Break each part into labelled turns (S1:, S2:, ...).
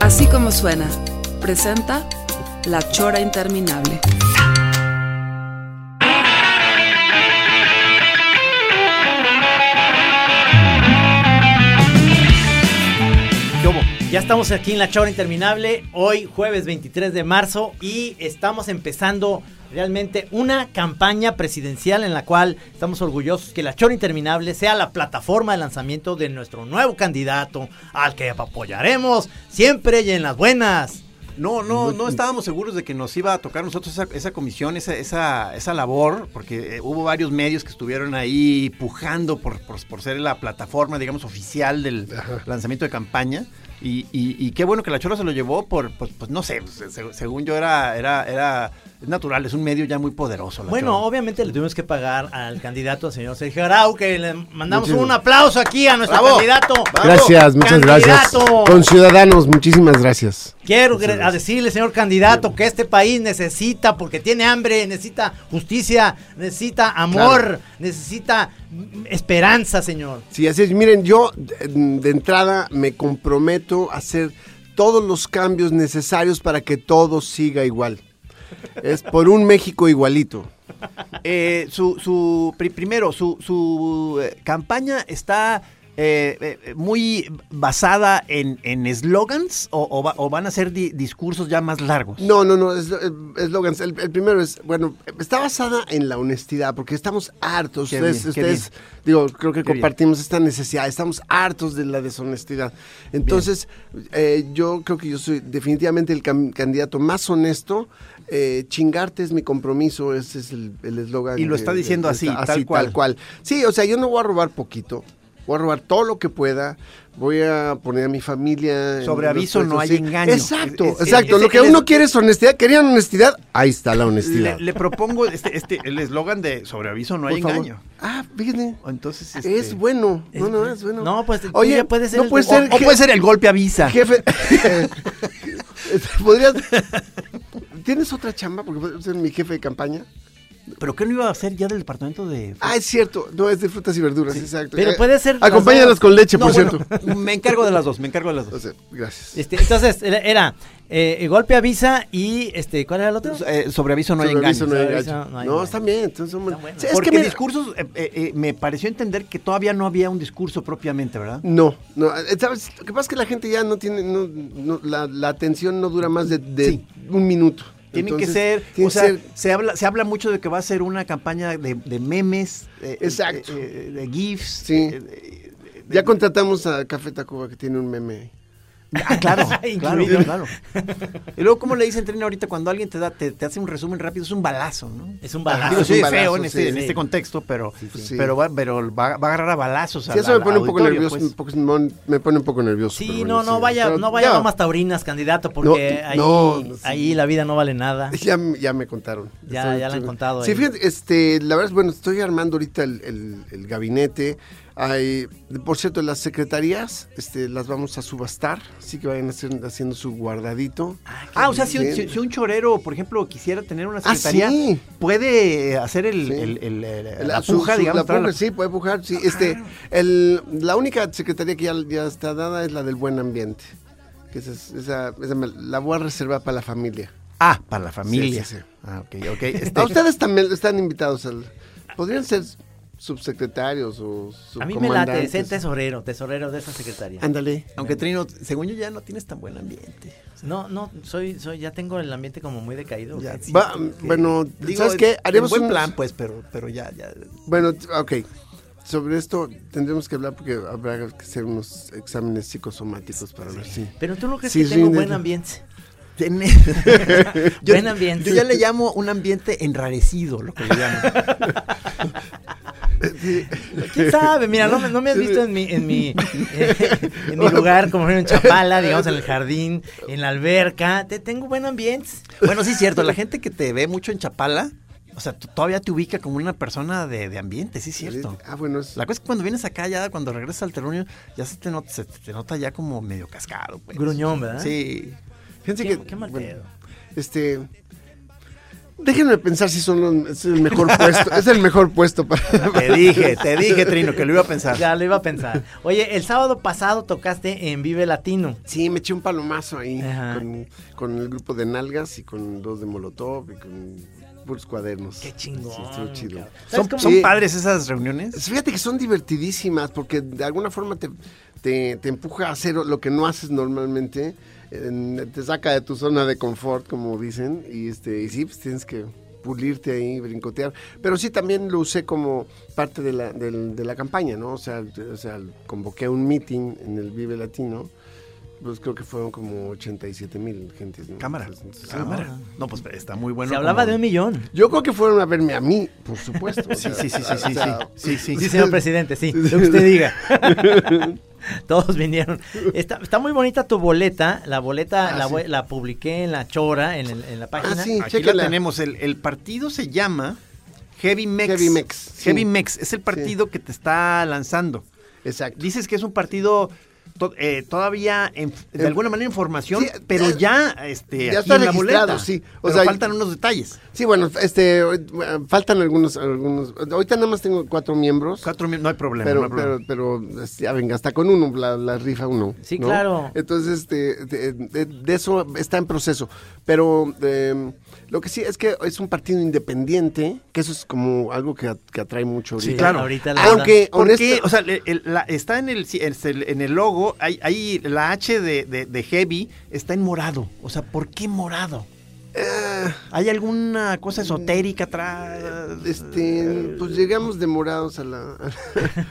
S1: Así como suena, presenta La Chora Interminable.
S2: ¿Qué hubo? Ya estamos aquí en la chora interminable, hoy jueves 23 de marzo y estamos empezando realmente una campaña presidencial en la cual estamos orgullosos que la chora interminable sea la plataforma de lanzamiento de nuestro nuevo candidato al que apoyaremos siempre y en las buenas.
S3: No, no, no estábamos seguros de que nos iba a tocar nosotros esa, esa comisión, esa, esa, esa labor, porque eh, hubo varios medios que estuvieron ahí pujando por, por- por ser la plataforma, digamos, oficial del lanzamiento de campaña. Y, y- y qué bueno que la Chora se lo llevó por, pues, pues, no sé, pues, se- según yo era, era, era es natural, es un medio ya muy poderoso. La
S2: Bueno,
S3: Chora.
S2: obviamente le tuvimos que pagar al candidato, al señor Sergio Arau, que le mandamos
S4: Muchísimo.
S2: un aplauso aquí a nuestro
S3: Bravo.
S2: candidato.
S3: Bravo.
S4: Gracias, muchas gracias.
S2: Candidato.
S4: Con Ciudadanos, muchísimas gracias.
S2: Quiero gre- a decirle, señor candidato, que este país necesita, porque tiene hambre, necesita justicia, necesita amor, necesita mm, esperanza, señor.
S4: Sí, así es. Miren, yo de de entrada me comprometo a hacer todos los cambios necesarios para que todo siga igual. Es por un México igualito.
S3: Eh, su, su pri- primero, su, su, eh, campaña está eh, eh, eh, muy basada en, en eslogans o, o va- o van a ser di- discursos ya más largos.
S4: No, no, no, es, es Logan. El, el primero es, bueno, está basada en la honestidad, porque estamos hartos.
S3: Qué
S4: ustedes,
S3: bien, qué
S4: ustedes, digo, creo que
S3: Qué bien.
S4: compartimos esta necesidad. Estamos hartos de la deshonestidad. Entonces, eh, yo creo que yo soy definitivamente el cam- candidato más honesto. Eh, chingarte es mi compromiso, ese es el el eslogan.
S3: Y lo está
S4: de- de-
S3: diciendo
S4: de
S3: así,
S4: esta-
S3: tal cual.
S4: cual. Sí, o sea, yo no voy a robar poquito. Voy a robar todo lo que pueda. Voy a poner a mi familia. en
S3: Sobre
S4: los
S3: aviso no hay
S4: puestos,
S3: engaño.
S4: Exacto,
S3: Es- es-
S4: exacto.
S3: es-
S4: lo que
S3: es-
S4: uno quiere es honestidad. Querían honestidad. Ahí está la honestidad.
S3: Le, le propongo este, este, el eslogan de sobreaviso no
S4: Por
S3: hay
S4: favor.
S3: engaño. este,
S4: Ah, fíjate.
S3: Entonces,
S4: Es bueno. No, no, es bueno.
S2: No, pues,
S4: Oye,
S2: ya puede ser
S4: no
S2: el-
S4: puede
S2: o-
S4: ser.
S3: O puede ser el golpe avisa.
S4: Jefe. Podrías. ¿Tienes otra chamba? Porque puedes ser mi jefe de campaña.
S3: ¿Pero qué no iba a ser ya del departamento de...
S4: Ah, es cierto. No, es de frutas y verduras, exacto.
S2: Pero puede ser las
S4: Acompáñalas
S2: dos.
S4: con leche,
S3: No,
S4: por
S3: bueno,
S4: cierto.
S3: Me encargo de las dos, me encargo de las
S4: O
S3: dos.
S4: sea, gracias.
S2: Este, entonces, era- era eh, el golpe avisa y, este, ¿cuál era el
S4: Pues,
S2: otro?
S3: Eh, sobreaviso no hay
S4: Sobre aviso,
S3: engaño.
S4: no
S2: Sobre
S4: hay engaño.
S2: aviso, no hay
S4: No,
S2: engaño.
S4: está bien. Entonces, somos-
S2: Está bueno.
S4: Sí, es
S3: Porque
S4: que mira-
S3: discursos, eh, eh, eh, me pareció entender que todavía no había un discurso propiamente, ¿verdad?
S4: No, no, eh, ¿sabes? Lo que pasa es que la gente ya no tiene, no, no, la, la atención no dura más de, de
S3: Sí.
S4: un minuto.
S3: Tiene que
S4: Entonces,
S3: ser, o
S4: tiene que
S3: sea,
S4: ser-
S3: Se, habla, se habla mucho de que va a ser una campaña de, de memes, eh,
S4: Exacto.
S3: eh, eh, de GIFs.
S4: Sí.
S3: eh, eh, de-
S4: ya contratamos a Café Tacuba que tiene un meme. ahí.
S3: Ah, claro, claro,
S2: Incluido.
S3: claro. Y luego, ¿cómo le dicen, Trina, ahorita cuando alguien te da, te, te hace un resumen rápido? Es un balazo, ¿no?
S2: Es un
S4: Ajá,
S2: balazo.
S3: Digo,
S4: es
S3: sí,
S4: un
S3: es feo
S4: balazo,
S3: en,
S4: sí,
S3: este, en
S4: sí.
S3: este contexto, pero,
S4: sí.
S3: pero, va, pero va, va a agarrar a balazos.
S4: Sí,
S3: al-
S4: eso me
S3: al
S4: pone un poco
S3: auditorio,
S4: nervioso,
S3: pues.
S4: un poco- mon- me pone un poco nervioso.
S2: Sí,
S4: pero
S2: no,
S4: bueno,
S2: no
S4: sí.
S2: vaya,
S4: Pero
S2: no vaya
S4: ya-
S2: mamás taurinas, candidato, porque
S4: No,
S2: ahí,
S4: no, no, sí.
S2: ahí la vida no vale nada.
S4: Ya, ya me contaron.
S2: Ya- ya
S4: Estoy-
S2: la han
S4: estoy-
S2: contado
S4: Sí,
S2: ahí.
S4: fíjate, este, la verdad es, bueno, estoy armando ahorita el, el- el gabinete. Hay, por cierto, las secretarías este, las vamos a subastar, así que vayan a hacer- haciendo su guardadito.
S3: Ah, o sea, si un,
S4: Sí.
S3: si- si un chorero, por ejemplo, quisiera tener una
S4: Ah,
S3: secretaría,
S4: sí.
S3: puede hacer el,
S4: Sí.
S3: el- el- el-
S4: La,
S3: la puja, digamos.
S4: La
S3: entrar a la-
S4: puja, sí, puede pujar. Sí, este, el, la única secretaría que ya, ya está dada es la del buen ambiente. Que esa, es- esa- esa me- la voy a reservar para la familia.
S3: Ah, para la familia.
S4: Sí, sí, sí.
S3: Ah, ok, ok. Este,
S4: A ustedes también están invitados. al- podrían ser subsecretarios o
S2: A mí me late,
S4: subcomandantes.
S2: ser tesorero, tesorero de esa secretaria.
S4: Ándale.
S3: aunque Trino, según yo ya no tienes tan buen ambiente.
S2: No, no, soy, soy, ya tengo el ambiente como muy decaído.
S3: Ya,
S2: ¿ok?
S3: sí,
S4: Va,
S3: como que-
S4: bueno,
S3: digo,
S4: ¿sabes qué?
S3: en- en
S4: Haremos
S3: buen
S4: un-
S3: plan, pues, pero, pero ya, ya.
S4: Bueno, t- ok. Sobre esto tendremos que hablar porque habrá que hacer unos exámenes psicosomáticos para ver si.
S2: Pero tú no crees
S4: Sí,
S2: que
S4: sí,
S2: tengo
S4: de-
S2: buen ambiente.
S3: Tiene-
S2: Buen ambiente.
S3: Yo ya le llamo un ambiente enrarecido, lo que le llamo.
S2: ¿Quién sabe? Mira, no, me- no me has visto en mi, en mi, en mi lugar, como en Chapala, digamos, en el jardín, en la alberca. Te tengo buen ambiente.
S3: Bueno, sí es cierto, la gente que te ve mucho en Chapala, o sea, t- todavía te ubica como una persona de, de ambiente, sí es cierto.
S4: Ah, bueno, es-
S3: La cosa es que cuando vienes acá, ya cuando regresas al terruño, ya se te nota, se te nota ya como medio cascado. pues.
S2: Gruñón, ¿verdad?
S3: Sí.
S4: Fíjense
S2: Qué-
S4: que.
S2: qué mal pedo.
S4: Este. Déjenme pensar si son los- es el mejor puesto. Es el mejor puesto para.
S3: Te dije, te dije, Trino, que lo iba a pensar.
S2: Ya lo iba a pensar. Oye, el sábado pasado tocaste en Vive Latino.
S4: Sí, me eché un palomazo ahí
S2: Ajá.
S4: con, con el grupo de nalgas y con dos de Molotov y con puros cuadernos.
S2: Qué chingón.
S4: Sí, estuvo chido.
S2: cabrón. ¿Sabes
S3: ¿Son,
S2: cómo-
S3: son
S4: Sí.
S3: padres esas reuniones?
S4: Fíjate que son divertidísimas porque de alguna forma te, te- te empuja a hacer lo que no haces normalmente. en- te saca de tu zona de confort, como dicen. Y, este, y sí, pues tienes que pulirte ahí, brincotear. Pero sí, también lo usé como parte de la, del- de la campaña, ¿no? O sea, te- o sea, convoqué un meeting en el Vive Latino. Pues creo que fueron como 87 mil gentes. ¿no?
S3: Cámara.
S4: Entonces, entonces, ah,
S3: Cámara. No, pues está muy bueno.
S2: Se hablaba
S3: como-
S2: de un millón.
S4: Yo creo que fueron a verme a mí, por supuesto. o
S3: Sí,
S4: sea,
S3: sí, sí, sí,
S4: o
S3: sí,
S4: sea,
S3: sí, sí, sí.
S2: Sí, señor presidente, sí, lo que usted diga. Todos vinieron. Está, está muy bonita tu boleta. La boleta
S4: Ah,
S2: la,
S4: sí.
S2: voy- la publiqué en la chora, en, el- en la página.
S4: sí.
S3: Aquí
S4: Chécala.
S3: la tenemos. El, el partido se llama Heavy Mex.
S4: Heavy Mex, sí.
S3: Heavy Mex. Es el partido que te está lanzando.
S4: Exacto.
S3: Dices que es un partido to- eh, todavía en- de
S4: Eh,
S3: alguna manera en formación,
S4: sí,
S3: pero
S4: eh,
S3: ya, este, aquí
S4: ya está
S3: en la
S4: registrado,
S3: boleta.
S4: sí. O
S3: Pero
S4: sea,
S3: faltan unos detalles.
S4: Sí, bueno, este, hoy- bueno, faltan algunos, algunos. Ahorita nada más tengo cuatro miembros.
S3: Cuatro mil, no hay problema.
S4: pero,
S3: no hay problema.
S4: pero, pero, este, ya venga, hasta con uno, la, la rifa uno.
S2: Sí,
S4: ¿no?
S2: claro.
S4: Entonces, este, de, de- de eso está en proceso. Pero eh, lo que sí es que es un partido independiente, que eso es como algo que, que atrae mucho ahorita.
S2: Sí, claro. Ahorita la
S4: Aunque,
S3: Porque,
S4: honesto-
S3: o sea, le- el- la- está en el, es el- en el logo, hay, hay la H de, de- de Heavy está en morado. O sea, ¿por qué morado? ¿Hay alguna cosa esotérica atrás?
S4: Este, pues llegamos demorados a la,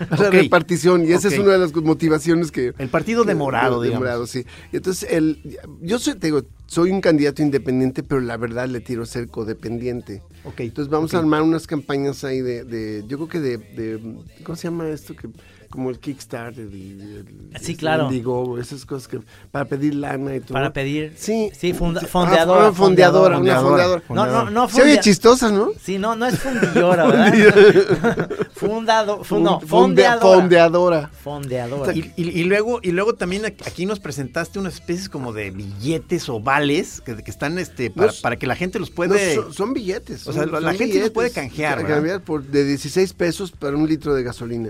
S4: a la
S3: Ok.
S4: repartición y esa es
S3: Ok.
S4: una de las motivaciones que...
S3: El partido de morado,
S4: de- de
S3: digamos.
S4: morado, sí. Y Entonces, el, yo soy, te digo, soy un candidato independiente, pero la verdad le tiro a ser codependiente.
S3: Ok.
S4: Entonces vamos a armar unas campañas ahí de, de- yo creo que de, de- ¿cómo se llama esto? que Como el Kickstarter y el,
S2: Ah, Sí,
S4: el
S2: claro.
S4: Indiegogo, esas cosas que, para pedir lana y todo.
S2: Para pedir.
S4: Sí.
S2: Sí, funda-
S4: Ah,
S2: fondeadora,
S4: ah, fondeadora, una
S3: fondeadora.
S4: fondeadora.
S2: No, no, no.
S4: Se oye
S2: funda-
S4: chistosa, ¿no?
S2: Sí, no, no es fundillora, ¿verdad? Fundado, fun- no,
S4: Fun- fondea-
S2: fondeadora.
S4: fondeadora.
S2: Fondeadora.
S3: Y, y- y luego, y luego también aquí aquí nos presentaste unas especies como de billetes ovales que, que están este, para,
S4: No,
S3: para que la gente los
S4: No,
S3: puede.
S4: son, son billetes.
S3: O sea, la gente los puede canjear,
S4: Ca-
S3: ¿verdad?
S4: cambiar por de 16 pesos para un litro de gasolina.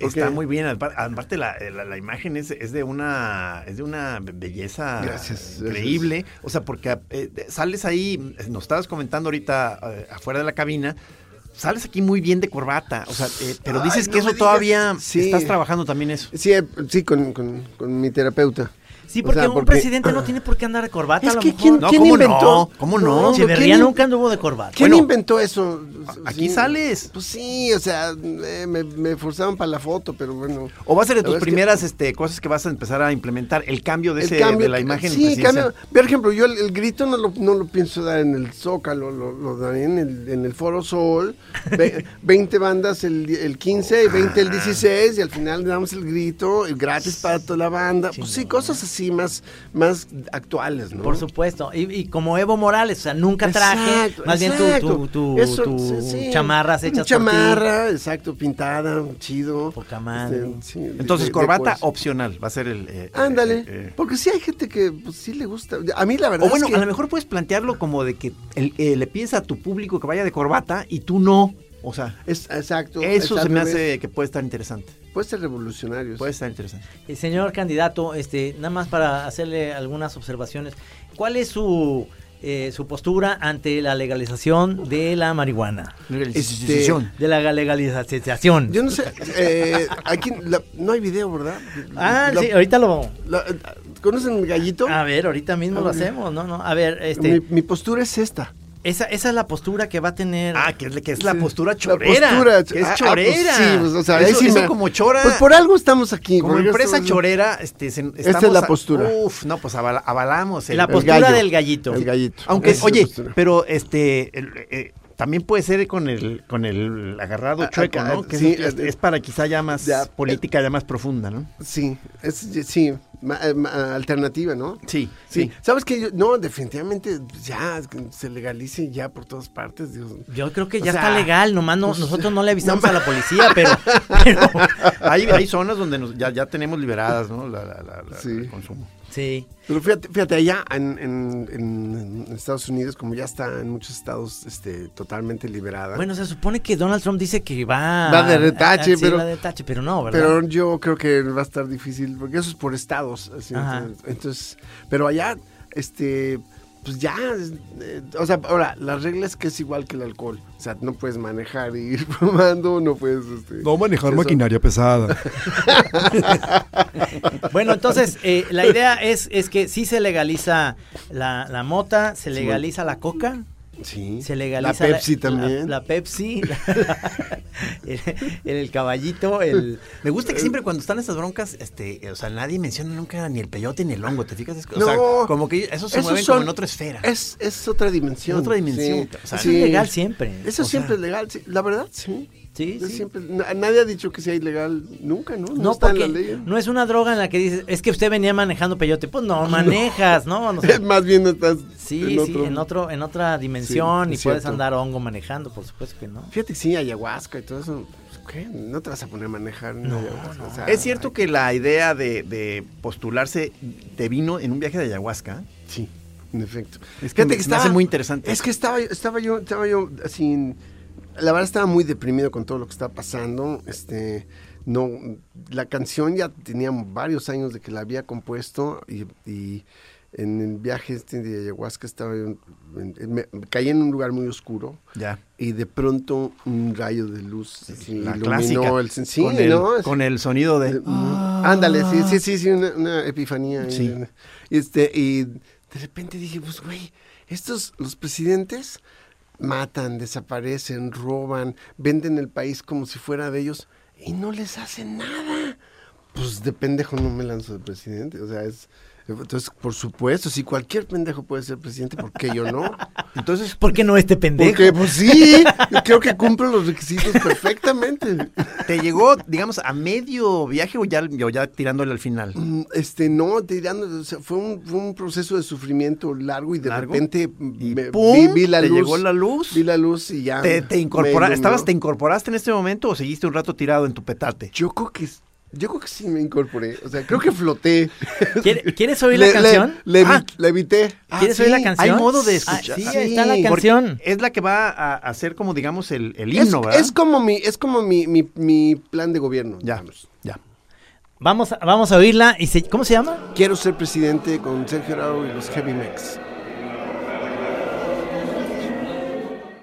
S3: Está
S4: Ok.
S3: muy bien, apar- aparte la, eh, la- la imagen es, es de una es de una be- belleza
S4: Gracias,
S3: increíble, o sea, porque eh, de- sales ahí, eh, nos estabas comentando ahorita eh, afuera de la cabina, sales aquí muy bien de corbata, o sea, eh, pero
S4: Ay,
S3: dices
S4: no
S3: que
S4: me
S3: eso
S4: digas.
S3: todavía
S4: Sí.
S3: estás trabajando también eso.
S4: Sí, eh, sí con, con- con mi terapeuta.
S2: Sí,
S4: O
S2: porque
S4: sea,
S2: un presidente no tiene por qué andar de corbata,
S4: Es
S2: a lo
S4: que
S2: mejor.
S4: ¿quién,
S3: No,
S4: quién
S3: ¿cómo no?
S4: inventó?
S3: ¿Cómo no?
S4: ¿quién
S2: Echeverría
S4: in-
S2: nunca anduvo de corbata.
S4: ¿Quién
S3: Bueno,
S4: inventó eso?
S3: ¿a- aquí sales?
S4: Pues sí, o sea, eh, me, me forzaron para la foto, pero bueno.
S3: O va a ser de
S4: La
S3: tus
S4: verdad es que-
S3: primeras este, cosas que vas a empezar a implementar, el cambio de,
S4: el
S3: ese,
S4: cambio-
S3: de la imagen.
S4: Sí,
S3: presidencial.
S4: cambio. Por ejemplo, yo el, el grito no lo, no lo pienso dar en el Zócalo, lo, lo daré en el, en el Foro Sol. Ve- 20 bandas el, di- el 15 y 20
S3: Ah.
S4: el 16 y al final damos el grito el gratis para toda la banda. Pues sí, cosas así más, más actuales, ¿no?
S2: Por supuesto. Y, y como Evo Morales, o sea, nunca traje.
S4: Exacto,
S2: más bien
S4: exacto.
S2: tu, tu, tu-
S4: Eso,
S2: tu
S4: sí, sí.
S2: chamarras
S4: Una
S2: hechas por ti.
S4: chamarra, exacto, pintada, chido. Este,
S2: Poca madre.
S4: sí, de-
S3: Entonces,
S4: de- de
S3: corbata
S4: cuerzo.
S3: opcional, va a ser el... eh,
S4: Ándale,
S3: eh, eh,
S4: porque sí hay gente que pues, sí le gusta. A mí la verdad
S3: O bueno,
S4: es que...
S3: a lo mejor puedes plantearlo como de que el- eh, le pides a tu público que vaya de corbata y tú no. O sea,
S4: Es- exacto.
S3: eso
S4: es
S3: se
S4: al
S3: me Pues,
S4: revés.
S3: hace que puede estar interesante.
S4: Puede ser revolucionario.
S3: Puede estar interesante.
S2: Eh, señor candidato, este, nada más para hacerle algunas observaciones. ¿Cuál es su, eh, su postura ante la legalización de la marihuana?
S3: Este,
S2: De la legalización.
S4: Yo no sé. eh, aquí la- no hay video, ¿verdad?
S2: ah,
S4: La-
S2: sí, ahorita lo.
S4: la- ¿Conocen el gallito?
S2: A ver, ahorita mismo lo
S4: Ah, mira.
S2: hacemos, ¿no? no A ver,
S4: mi,
S2: este,
S4: mi postura es esta.
S2: esa, esa es la postura que va a tener.
S3: Ah, que es, que es la
S4: Sí.
S3: postura
S4: La
S3: chorera.
S4: postura-
S3: que es
S4: ah, ah, pues
S3: chorera.
S4: sí, pues, o sea, ahí
S3: eso,
S4: sí
S3: eso
S4: me-
S3: como chora.
S4: Pues por algo estamos aquí.
S3: como
S4: porque
S3: empresa
S4: esto-
S3: chorera, este, se-
S4: es
S3: estamos
S4: la
S3: a-
S4: postura.
S3: uf, no, pues avala- avalamos. el-
S2: la
S4: el
S2: postura
S4: gallo.
S2: del gallito.
S4: El gallito.
S3: Aunque,
S4: Esa es la
S3: oye,
S4: postura.
S3: pero este, el- eh, También puede ser con el, con el agarrado
S4: Ah,
S3: chueco,
S4: acá,
S3: ¿no? Que
S4: sí,
S3: eso es,
S4: eh,
S3: es para quizá ya más
S4: ya, eh,
S3: política, ya más profunda, ¿no?
S4: Sí, es, sí, ma- eh, ma- alternativa, ¿no?
S3: Sí,
S4: Sí, ¿sabes qué? Yo- no, definitivamente ya que se legalice ya por todas partes. Dios.
S2: Yo creo que ya
S4: O sea,
S2: está legal, nomás no-
S4: pues,
S2: nosotros no le avisamos a la policía, pero, pero-
S3: Hay, hay zonas donde nos- ya, ya tenemos liberadas, ¿no? La, la- la- la-
S4: Sí.
S3: El consumo.
S2: sí.
S4: Pero fíjate, fíjate allá en, en- en- en Estados Unidos, como ya está en muchos estados este, totalmente liberada.
S2: Bueno, se supone que Donald Trump dice que va
S4: Va de retache,
S2: sí,
S4: pero-
S2: va de retache, pero no, ¿verdad?
S4: pero yo creo que va a estar difícil, porque eso es por estados. así,
S2: Ajá.
S4: entonces, entonces, pero allá, este, pues ya, eh, o sea, ahora, la regla es que es igual que el alcohol. O sea, no puedes manejar y ir fumando, no puedes... Este,
S5: No manejar
S4: eso.
S5: maquinaria pesada.
S2: Bueno, entonces, eh, la idea es, es que sí se legaliza la, la mota, se legaliza la coca,
S4: Sí.
S2: se legaliza...
S4: La Pepsi también.
S2: La, Pepsi, la- el, el caballito, el...
S3: Me gusta que siempre cuando están estas broncas, este, o sea, nadie menciona nunca ni el peyote ni el hongo, ¿te fijas? Es que, o sea,
S4: No,
S3: como que eso se
S4: esos
S3: mueven
S4: son-
S3: como en otra esfera.
S4: Es, es otra dimensión.
S3: Es otra dimensión. O sea,
S2: Eso es legal siempre.
S4: Eso
S2: O sea,
S4: siempre es legal, sí. la verdad, sí.
S2: Sí,
S4: Es
S2: sí.
S4: siempre- na- nadie ha dicho que sea ilegal nunca, ¿no? No,
S2: No,
S4: está en
S2: porque
S4: la ley. ¿eh?
S2: no es una droga en la que dices, es que usted venía manejando peyote. Pues no, manejas, ¿no? no sé.
S4: Más bien estás
S2: Sí,
S4: en
S2: sí,
S4: otro.
S2: en otro, en otra dimensión
S4: Sí,
S2: y
S4: es
S2: puedes
S4: cierto.
S2: andar hongo manejando, por supuesto que no.
S4: Fíjate que sí, ayahuasca y todo eso. pues, ¿Qué? No te vas a poner a manejar. No, no.
S3: Es cierto que la idea de, de postularse te vino en un viaje de ayahuasca.
S4: Sí, en efecto.
S3: Es que me- me hace muy interesante.
S4: Es que estaba, estaba yo, estaba yo así. La verdad estaba muy deprimido con todo lo que estaba pasando. Este, no, la canción ya tenía varios años de que la había compuesto y, y en el viaje este de ayahuasca estaba yo en- en- me- caí en un lugar muy oscuro
S3: Ya.
S4: y de pronto un rayo de luz así,
S3: La
S4: iluminó
S3: clásica.
S4: el sen- sí,
S3: con, el,
S4: ¿no?
S3: con el sonido de...
S4: Mm, Ándale, sí, sí, sí, sí, una, una epifanía. ahí.
S3: Sí.
S4: Este, y de repente dije, pues, güey, estos, los presidentes matan, desaparecen, roban, venden el país como si fuera de ellos y no les hacen nada. Pues de pendejo no me lanzo de presidente, o sea, es... Entonces, por supuesto, si cualquier pendejo puede ser presidente, ¿por qué yo no?
S3: Entonces,
S2: ¿Por qué no este pendejo?
S4: Porque, pues sí, creo que cumplo los requisitos perfectamente.
S3: ¿te llegó, digamos, a medio viaje o ya, o ya tirándole al final?
S4: Mm, Este, no, te dirán, o sea, fue, un, fue un proceso de sufrimiento largo y de
S3: ¿Largo?
S4: repente
S3: Y
S4: me-
S3: ¡pum!
S4: vi, vi la
S3: ¿Te
S4: luz.
S3: llegó la luz?
S4: Vi la luz y ya.
S3: ¿Te, te
S4: Ah, me
S3: incorpora-
S4: iluminó.
S3: estabas, ¿Te incorporaste en este momento o seguiste un rato tirado en tu petate?
S4: Yo creo que, yo creo que sí me incorporé. O sea, creo que floté.
S2: ¿Quiere- ¿Quieres oír la
S4: Le- le-
S2: canción?
S4: Le,
S3: Ah.
S4: vi- le evité.
S2: ¿Quieres
S3: sí,
S2: oír la canción?
S3: hay modo de
S2: Ah,
S3: escuchar.
S2: sí,
S4: Sí,
S2: ahí está la
S4: porque
S3: Porque
S2: canción.
S3: Es la que va a, a ser como, digamos, el, el
S4: Es,
S3: himno, ¿verdad?
S4: es como mi, es como mi, mi, mi plan de gobierno.
S3: Ya,
S4: digamos.
S3: ya.
S2: Vamos, a- vamos a oírla. y se- ¿Cómo se llama?
S4: Quiero ser presidente con Sergio Arau y los Heavy Mex.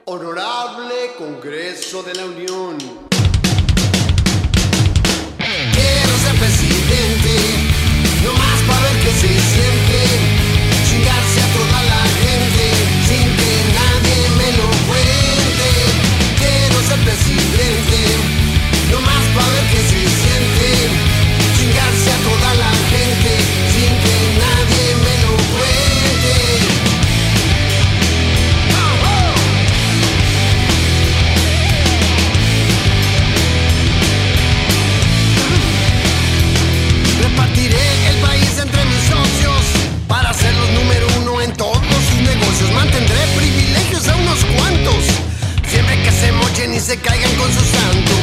S6: Honorable Congreso de la Unión.
S7: Quiero ser presidente, no más para ver qué se siente, chingarse a toda la gente, sin que nadie me lo cuente. Quiero ser presidente, no más para ver qué se siente, chingarse a toda la gente, sin que nadie me lo cuente. ¡Oh, oh! Repartiré el país entre mis socios para ser los número uno en todos sus negocios. Mantendré privilegios a unos cuantos. Siempre que se mochen y se caigan con su santo.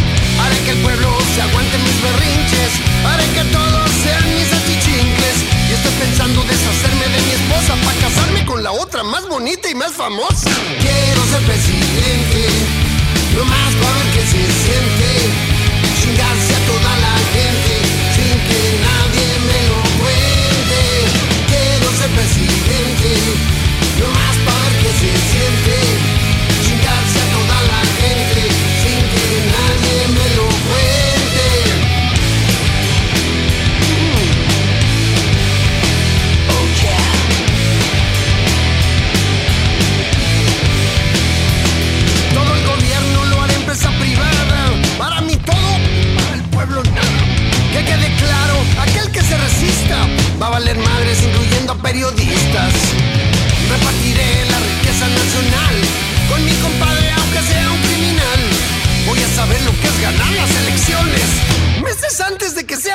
S7: Haré que el pueblo se aguante mis berrinches. Haré que todos sean mis achichincles. Y estoy pensando deshacerme de mi esposa para casarme con la otra más bonita y más famosa. Quiero ser presidente. No más para ver qué se siente chingarse a toda la gente sin que nadie me lo cuente. Quiero ser presidente, no más para ver qué se siente. Chingarse a toda la gente sin que nadie me lo cuente. Mm. Oh yeah. Todo el gobierno lo hará empresa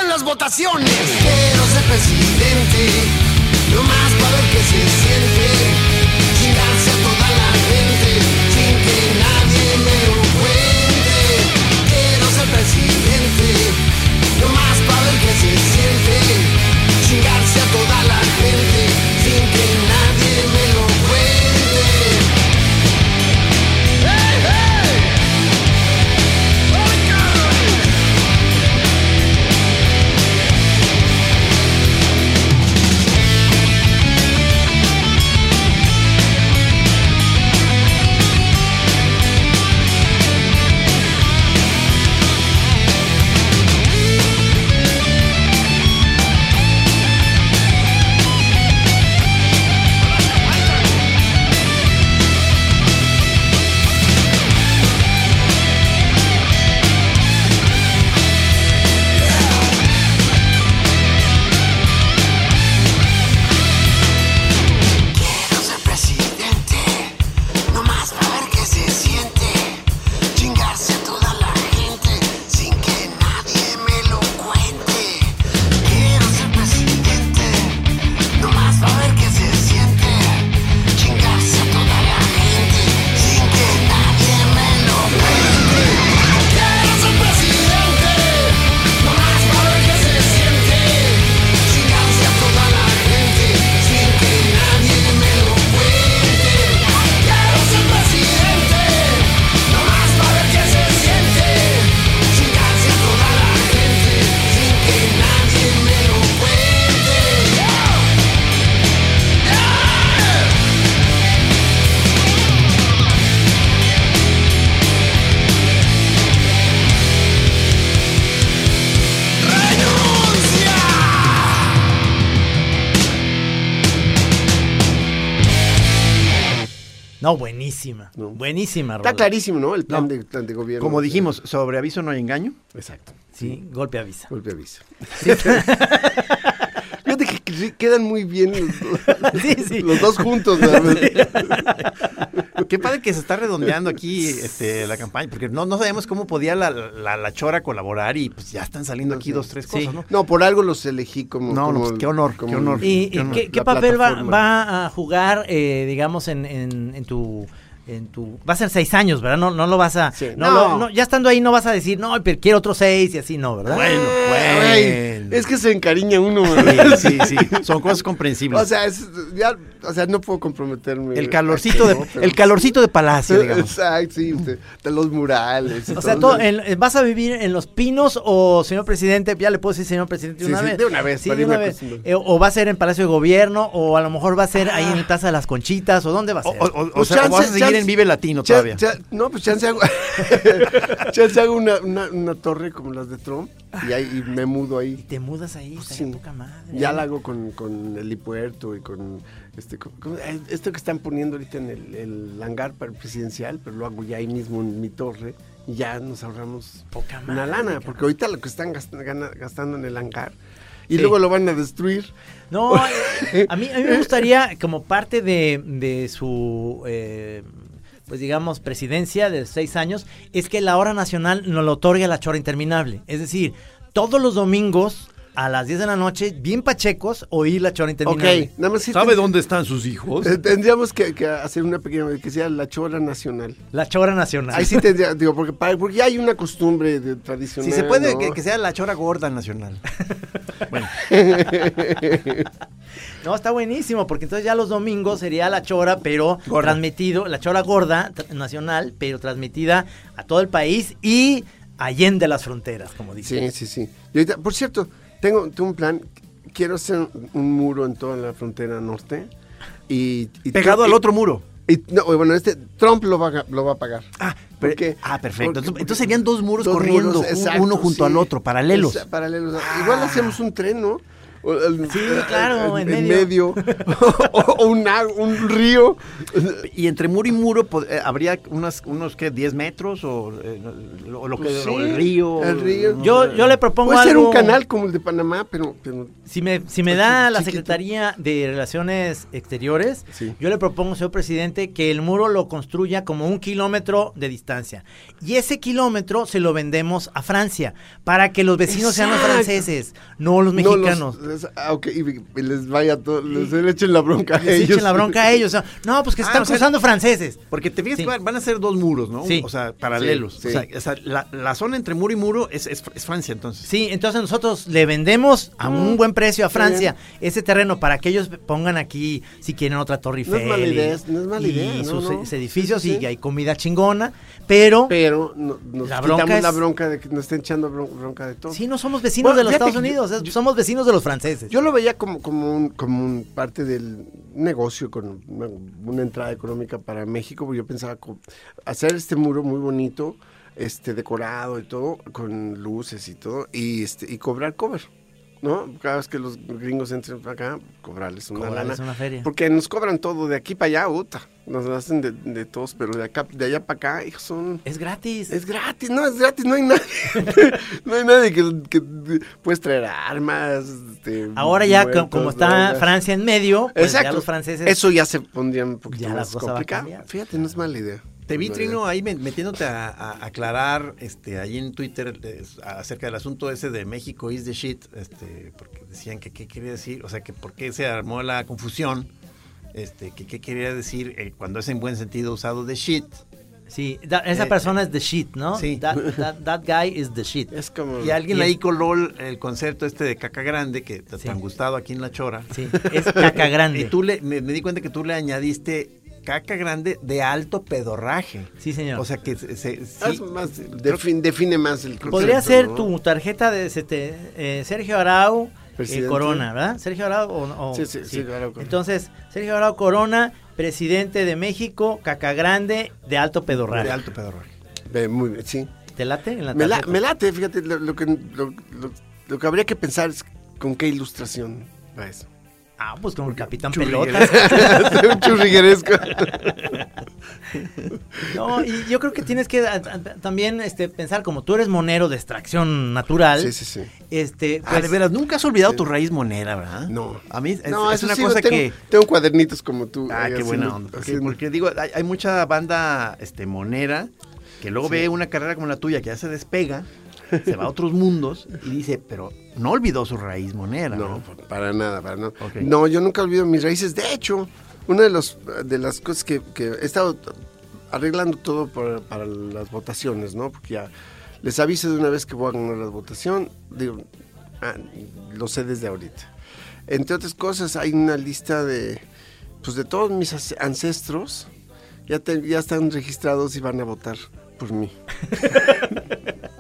S7: las votaciones. Quiero ser presidente, no más para ver qué se siente. Chingarse a toda la gente, sin que nadie me lo cuente. Quiero ser presidente, no más para ver qué se siente. Chingarse a toda la gente, sin que nadie me lo cuente. ¡Hey, hey! ¡Oigan! Quiero ser presidente, no más para ver qué se siente. Chingarse a toda la gente sin que nadie me lo cuente. Quiero ser presidente, no más para ver qué se siente. Chingarse a toda la gente sin que nadie me lo cuente. Quiero ser presidente, no más para ver qué se siente. Chingarse a toda la gente sin que nadie me lo cuente. Quiero ser presidente, no más para ver qué se siente. Chingarse a toda la gente sin que nadie me lo cuente. ¡Renuncia!
S2: No, buenísima. Buenísima,
S4: Está
S2: rola.
S4: clarísimo, ¿no? El plan de, plan de gobierno.
S3: Como dijimos, sobre aviso no hay engaño.
S4: Exacto.
S2: Sí, golpe avisa.
S4: Golpe aviso. Fíjate que- que sí quedan muy bien los dos,
S2: Sí, sí.
S4: los dos juntos. ¿no?
S3: Qué padre que se está redondeando aquí este, la campaña, porque no, no sabemos cómo podía la, la, la chora colaborar y pues ya están saliendo aquí dos, tres
S2: Sí.
S3: cosas, ¿no?
S4: No, por algo los elegí como.
S3: No, no,
S4: como-
S3: pues, qué honor,
S4: como-
S3: qué honor.
S2: ¿Y, y
S3: Yo no-
S2: qué, qué
S4: la
S2: papel va,
S4: plataforma.
S2: va a jugar, eh, digamos, en, en- en tu... En tu, va a ser seis años, ¿verdad? No, no lo vas a.
S4: Sí.
S2: No,
S4: No.
S2: lo- no, ya estando ahí no vas a decir, no, pero quiero otros seis y así, no, ¿verdad?
S3: Bueno,
S4: Ah, Ay,
S3: bueno.
S4: es que se encariña uno. ¿verdad?
S3: Sí, sí, sí, son cosas comprensibles.
S4: O sea, es- ya, o sea, no puedo comprometerme.
S3: el calorcito
S4: No,
S3: de,
S4: pero-
S3: el calorcito de palacio, digamos.
S4: Exacto, sí, de, de los murales. y
S2: O sea, todo, en- en- ¿vas a vivir en Los Pinos o, señor presidente, ya le puedo decir señor presidente
S4: Sí,
S2: una
S4: sí,
S2: vez?
S4: de una vez,
S2: Sí,
S4: para
S2: de una
S4: irme
S2: vez.
S4: acostumbrando. Ah.
S2: Eh, o va a ser en Palacio de Gobierno o a lo mejor va a ser ahí en el Plaza de las Conchitas o dónde va a
S3: O,
S2: ser.
S3: o- o- o
S4: Pues
S3: sea, o
S4: chance-
S3: vas a seguir
S4: chance-
S3: en Vive Latino
S4: Cha-
S3: todavía.
S4: cha- no, pues chance hago, chance hago una, una, una torre como las de Trump y, ahí, y me mudo
S2: y
S4: ahí.
S2: te mudas ahí,
S4: Pues
S2: estaría
S4: sí.
S2: poca madre.
S4: Ya la hago con, con el hipuerto y con este co- ¿cómo- eh, esto que están poniendo ahorita en el, el hangar para el presidencial, pero lo hago ya ahí mismo en mi torre y ya nos ahorramos
S2: Poca
S4: una
S2: madre,
S4: lana,
S2: cabrón.
S4: porque ahorita lo que están gast- gana- gastando en el hangar y
S2: Sí.
S4: luego lo van a destruir.
S2: No, eh, a mí, a mí me gustaría, como parte de, de su, eh, pues digamos, presidencia de seis años, es que la hora nacional nos lo otorgue a la chora interminable. Es decir, todos los domingos a las 10 de la noche, bien pachecos, oír la chora
S4: Ok,
S2: interminable.
S4: nada más sí
S5: ¿Sabe
S4: ten-
S5: dónde están sus hijos?
S4: eh, Tendríamos que, que hacer una pequeña que sea la chora nacional.
S2: La chora nacional.
S4: Ahí sí tendría, digo, porque, para- porque ya hay una costumbre de- tradicional.
S3: Si se puede,
S4: ¿no?
S3: que, que sea la chora gorda nacional.
S2: No, está buenísimo, porque entonces ya los domingos sería la chora, pero transmitido, la chora gorda tra- nacional, pero transmitida a todo el país y allende las fronteras, como dicen.
S4: Sí, sí, sí. Y ahorita, por cierto, tengo, tengo un plan. Quiero hacer un, un muro en toda la frontera norte. Y, y-
S3: Pegado
S4: y-
S3: al otro muro.
S4: y- no, bueno, este Trump lo va, a- lo va a pagar.
S3: Ah,
S4: ¿Por
S3: per-
S4: qué?
S3: ah, perfecto.
S4: Porque-
S3: Entonces-
S4: porque-
S3: entonces serían dos muros corriendo, un-
S4: exacto,
S3: uno junto al otro, paralelos. Ah.
S4: Esa- paralelos. Igual hacemos un tren, ¿no? o el-
S2: Sí, claro, en medio.
S4: o, o un, ag- un río.
S3: Y entre muro y muro pod- eh, habría unas, unos, ¿qué? ¿10 metros? ¿O eh, no, lo, lo que,
S4: Pues sí,
S3: o el río?
S4: el río.
S2: Yo, yo le propongo
S4: Puede ser
S2: algo.
S4: un canal como el de Panamá, pero, pero
S2: Si me, si me da
S4: Chiquito.
S2: la Secretaría de Relaciones Exteriores,
S4: Sí.
S2: yo le propongo, señor presidente, que el muro lo construya como un kilómetro de distancia. Y ese kilómetro se lo vendemos a Francia, para que los vecinos sean los
S4: Exacto.
S2: franceses, no los
S4: no los-
S2: mexicanos.
S4: les- ah, ok, y les vaya todo, les le echen la bronca a
S2: Les
S4: ellos.
S2: echen la bronca a ellos. No, pues que se
S3: Ah,
S2: están
S3: o sea,
S2: cruzando franceses.
S3: Porque te fijas
S2: Sí.
S3: que van- van a ser dos muros, ¿no?
S2: Sí.
S3: O sea, paralelos.
S4: Sí,
S3: O
S4: sí.
S3: sea, o sea, la, la zona entre muro y muro es, es- es Francia, entonces.
S2: Sí, entonces nosotros le vendemos a
S4: Mm.
S2: un buen precio a
S4: está
S2: Francia ese terreno para que ellos pongan aquí, si quieren, otra Torre
S4: No es
S2: Eiffel.
S4: mala
S2: y-
S4: idea, no es mala
S2: y
S4: idea, no,
S2: sus
S4: no.
S2: eh, edificios
S4: Sí, sí,
S2: y
S4: sí.
S2: hay comida chingona, pero
S4: Pero no- nos
S2: La bronca
S4: quitamos la
S2: es-
S4: bronca de que nos estén echando bron- bronca de todo.
S2: sí no somos vecinos
S4: Bueno,
S2: de los
S4: fíjate
S2: Estados
S4: que yo-
S2: Unidos, es- somos vecinos de los franceses.
S4: Yo lo veía como, como, un, como un parte del negocio, con una, una entrada económico para México, porque yo pensaba co- hacer este muro muy bonito, este decorado y todo, con luces y todo, y, este, y cobrar cover. ¿No? Cada vez que los gringos entren para acá, cobrarles una
S2: Cobrarles
S4: lana.
S2: una feria.
S4: Porque nos cobran todo de aquí para allá, uta. Nos hacen de, de todos, pero de acá, de allá para acá, hijos, son.
S2: es gratis.
S4: Es gratis, no, es gratis, no hay nadie. no hay nadie que, que puedes traer armas. este,
S2: Ahora ya
S4: muertos,
S2: co- como está
S4: drogas.
S2: Francia en medio, pues ya
S4: Exacto.
S2: los franceses
S4: Eso ya se pondría un poquito
S2: Ya la
S4: más
S2: cosa va a
S4: complicado.
S2: cambiar.
S4: Fíjate, no es mala idea.
S3: Te vi,
S4: No,
S3: Trino, ahí me- metiéndote a, a aclarar este, ahí en Twitter eh, acerca del asunto ese de México is the shit, este, porque decían que qué quería decir, o sea, que por qué se armó la confusión, este, que qué quería decir eh, cuando es en buen sentido usado de shit.
S2: Sí, da- esa
S3: Eh,
S2: persona es the shit, ¿no?
S3: sí.
S2: That, that- that guy is the shit.
S4: Es como.
S3: Y alguien
S2: Y es-
S3: ahí coló el, el concepto este de caca grande que te
S2: Sí.
S3: tan gustado aquí en La Chora.
S2: Sí, es caca grande.
S3: Y tú le, me, me di cuenta que tú le añadiste caca grande de alto pedorraje.
S2: Sí, señor.
S3: O sea que se, se- sí,
S4: Haz Ah, más, defin- define más el concepto.
S2: Podría ser
S4: ¿no?
S2: tu tarjeta de este, eh, Sergio Arau eh,
S4: Presidente.
S2: Corona, ¿verdad? Sergio Arau o, o-
S4: Sí, sí, Sergio Arau Corona.
S2: Entonces, Sergio Arau Corona, presidente de México, caca grande de alto pedorral.
S3: de alto pedorraje.
S4: Ve, muy bien, sí.
S2: ¿Te late en la
S4: Me, la-
S2: tarjeta?
S4: me late, fíjate, lo, lo que, lo, lo- lo que habría que pensar es con qué ilustración va eso.
S2: Ah, pues con el capitán
S3: Churrigueras.
S2: Pelotas.
S4: un churrigueresco.
S2: No, y yo creo que tienes que a- a- también este, pensar como tú eres monero de extracción natural.
S4: Sí, sí, sí.
S2: Este,
S3: Ah, de
S2: pues,
S3: veras, nunca has olvidado tu raíz monera, ¿verdad?
S4: eh, No.
S3: A mí es,
S4: No,
S3: es
S4: eso
S3: una
S4: sí,
S3: cosa
S4: tengo,
S3: que...
S4: Tengo cuadernitos como tú.
S3: Ah, qué
S4: eh, haciendo-
S3: buena onda. Porque,
S4: haciendo-
S3: porque digo, hay, hay mucha banda este, monera que luego ve una carrera como la tuya que ya se despega, se va a otros mundos y dice, pero no olvidó su raíz monera.
S4: No, pa- para nada, para nada.
S3: Ok.
S4: No, yo nunca olvido mis raíces. De hecho, una de, los, de las cosas que, que he estado arreglando todo para, para las votaciones, ¿no? Porque ya les aviso de una vez que voy a ganar la votación. Digo, ah, lo sé desde ahorita. Entre otras cosas, hay una lista de, pues, de todos mis as- ancestros. Ya, te- ya están registrados y van a votar por mí.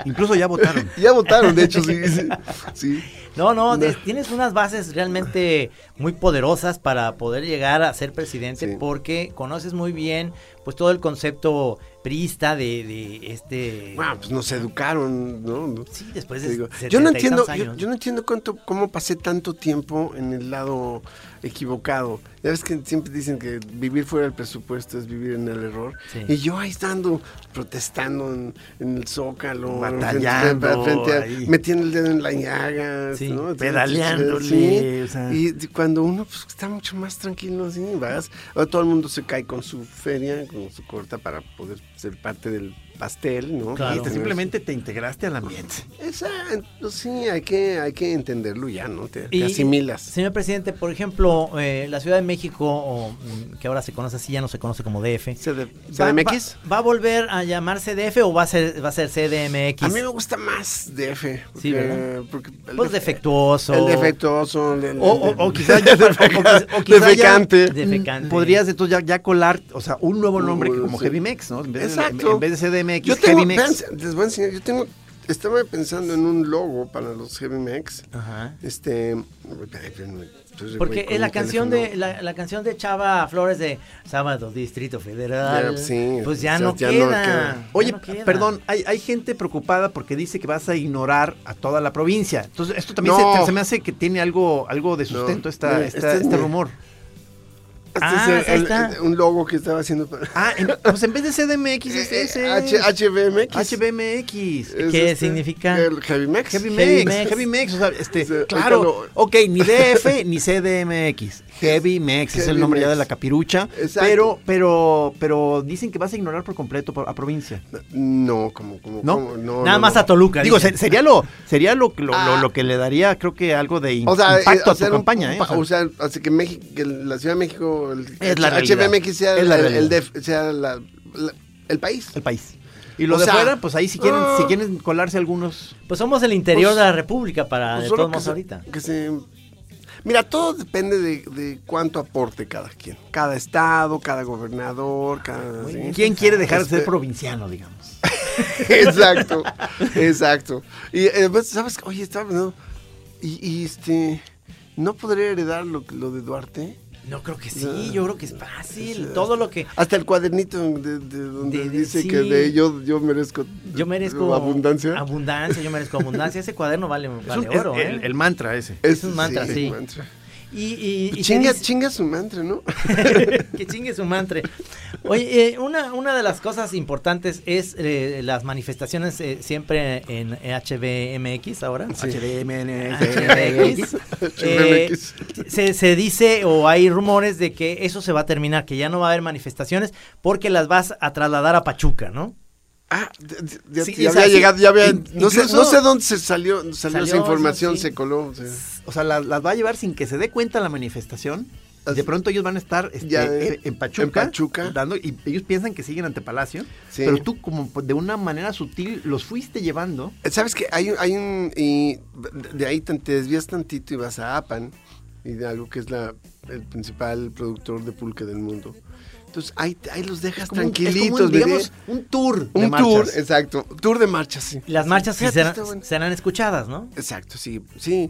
S3: Incluso ya votaron.
S4: Ya votaron, de hecho, sí. sí, sí.
S2: no, no, de-
S4: No.
S2: tienes unas bases realmente muy poderosas para poder llegar a ser presidente
S4: Sí.
S2: porque conoces muy bien pues todo el concepto priista de, de este...
S4: Bueno, pues nos educaron, ¿no?
S2: sí, después
S4: Te
S2: de
S4: digo,
S2: 70
S4: yo no
S2: y
S4: entiendo,
S2: tantos
S4: yo,
S2: años.
S4: yo no entiendo cuánto, cómo pasé tanto tiempo en el lado equivocado. Ya ves que siempre dicen que vivir fuera del presupuesto es vivir en el error.
S2: Sí.
S4: Y yo ahí estando protestando en, en el zócalo,
S3: Batallando
S4: frente- frente a-
S3: ahí.
S4: metiendo el dedo en la llaga,
S2: Sí,
S4: ¿no?
S3: pedaleándole,
S4: Sí.
S3: o sea.
S4: Y d- cuando uno pues, está mucho más tranquilo, así vas, ahora todo el mundo se cae con su feria, con su corta para poder ser parte del pastel, ¿no?
S2: Claro.
S4: Y
S3: Y
S4: te-
S3: te- simplemente te integraste al ambiente.
S4: Esa, pues, sí, hay que, hay que entenderlo ya, ¿no? Te, te
S2: Y,
S4: asimilas.
S2: Señor presidente, por ejemplo, eh, la Ciudad de México, o, mm, que ahora se conoce así, ya no se conoce como DF.
S4: CD-
S2: ¿Va-
S4: ¿CDMX?
S2: Va, va a volver a llamarse DF o va a ser, va a ser CDMX?
S4: A mí me gusta más DF. Porque,
S2: Sí, ¿verdad?
S4: porque el
S2: Pues
S4: def-
S2: defectuoso.
S4: El defectuoso. el- el-
S3: O, o, o
S4: el-
S3: quizá ya,
S4: defeca-
S3: o- o- o quizá ya-
S4: defecante.
S2: Defecante.
S3: Podrías entonces ya, ya colar, o sea, un nuevo nombre
S4: Uh,
S3: como
S4: sí.
S3: Heavy Mex, ¿no? En vez, de-
S4: Exacto.
S3: en- en vez de CDMX,
S4: Yo tengo,
S3: Heavy Mex.
S4: vean, les voy a enseñar, yo tengo Estaba pensando en un logo para los Heavy Mex.
S2: Ajá.
S4: Este.
S2: Porque
S4: entonces, pues, güey, con
S2: es la
S4: mi
S2: canción
S4: teléfono-
S2: de la, la canción de Chava Flores de Sábado Distrito Federal.
S4: Ya, sí,
S2: pues ya,
S4: o sea,
S2: no,
S4: ya no
S2: queda,
S4: queda.
S2: ya
S3: Oye,
S2: no queda.
S3: perdón, hay, hay gente preocupada porque dice que vas a ignorar a toda la provincia. Entonces, esto también
S4: No.
S3: se, se me hace que tiene algo, algo de sustento
S4: No.
S3: esta,
S4: Mira,
S3: esta-
S4: este es
S3: este
S4: mi-
S3: rumor.
S4: Este
S2: Ah,
S4: es el-
S2: ahí
S4: el-
S2: está.
S4: un logo que estaba haciendo para.
S3: Ah, en- pues en vez de CDMX es
S4: Eh,
S3: ese.
S4: H- HBMX.
S3: HBMX.
S4: Es este,
S2: ¿Qué significa?
S4: El Heavy Mex.
S3: Heavy
S2: Heavy
S3: Mex,
S2: Mex.
S3: Heavy Mex, o sea, este,
S4: Sí, ahorita
S3: claro,
S4: lo-
S3: ok, ni DF ni CDMX, Heavy Mex es el
S4: Heavy
S3: nombre ya
S4: Mex.
S3: de la capirucha,
S4: Exacto.
S3: pero, pero, pero dicen que vas a ignorar por completo por- a provincia.
S4: No, como, como,
S3: ¿No?
S4: como- no,
S2: Nada
S4: no,
S2: más
S4: no.
S2: a Toluca.
S3: Digo,
S2: dicen.
S3: se- sería lo, sería lo, lo, lo- lo que le daría, creo que algo de im-
S4: Ah. O sea, eh,
S3: impacto a
S4: hacer
S3: tu
S4: un-
S3: campaña,
S4: un
S3: ¿eh?
S4: pa-
S3: O sea,
S4: O sea, hace que, México, que la Ciudad de México, el
S3: Es la realidad.
S4: HBMX sea,
S3: Es la
S4: el, el
S3: realidad.
S4: def- sea la- la- el país.
S3: el país. Y lo
S4: O
S3: de
S4: sea,
S3: fuera, pues ahí si quieren,
S4: ah.
S3: si quieren colarse algunos.
S2: Pues somos el interior
S4: Pues-
S2: de la República para
S4: Pues
S2: de
S4: solo
S2: todos
S4: que
S2: modos
S4: se-
S2: ahorita.
S4: que se- Mira, todo depende de, de cuánto aporte cada quien. Cada estado, cada gobernador, cada... ¿sí?
S3: ¿Quién quiere dejar de ser
S4: Espe-
S3: provinciano, digamos?
S4: Exacto, exacto. Y eh, pues, ¿sabes? Oye, estaba pensando, Y, y, este... ¿No podría heredar lo, lo de Duarte?
S2: No creo que sí, yo creo que es fácil. Todo lo que
S4: Hasta el cuadernito de, de donde
S2: De- de-
S4: dice
S2: sí.
S4: que de yo, yo merezco...
S2: yo merezco
S4: Abundancia.
S2: Abundancia, yo merezco abundancia. Ese cuaderno vale,
S3: Es
S2: vale
S3: un-
S2: oro,
S3: es-
S2: ¿eh?
S3: el, el mantra ese.
S4: Es,
S2: un mantra, sí.
S4: mantra.
S2: Y, y, y
S4: Chinga,
S2: tienes-
S4: chinga su mantra, ¿no?
S2: que chingue su mantra. Oye, eh, una, una de las cosas importantes es eh, las manifestaciones eh, siempre en HBMX ahora. HBMX. Eh, se, se dice o hay rumores de que eso se va a terminar, que ya no va a haber manifestaciones porque las vas a trasladar a Pachuca, ¿no?
S4: Ah, d- d- ya,
S3: Sí,
S4: ya
S3: o sea,
S4: había
S3: sí,
S4: llegado, ya había.
S3: in-
S4: no, sé,
S3: incluso-
S4: no sé dónde se salió, salió,
S2: Salió,
S4: esa información,
S2: sí, sí.
S4: se coló. o sea.
S3: O sea, las, las va a llevar sin que se dé cuenta la manifestación.
S4: Así.
S3: De pronto ellos van a estar este,
S4: Ya, eh,
S3: en, en Pachuca,
S4: en Pachuca.
S3: dando y ellos piensan que siguen ante Palacio,
S4: Sí.
S3: pero tú como de una manera sutil los fuiste llevando.
S4: ¿Sabes qué? Hay, un- hay un. Y de ahí tan- te desvías tantito y vas a APAN, y de algo que es la, el principal productor de pulque del mundo. Entonces ahí, ahí los dejas
S3: como un- es como un,
S4: tranquilitos, bebé.
S3: digamos, un tour de
S4: Un tour,
S3: marchas.
S4: exacto. Tour de marchas, sí.
S2: Y Las marchas sí
S4: Fíjate,
S2: serán,
S4: está bueno.
S2: serán escuchadas, ¿no?
S4: Exacto, sí, sí.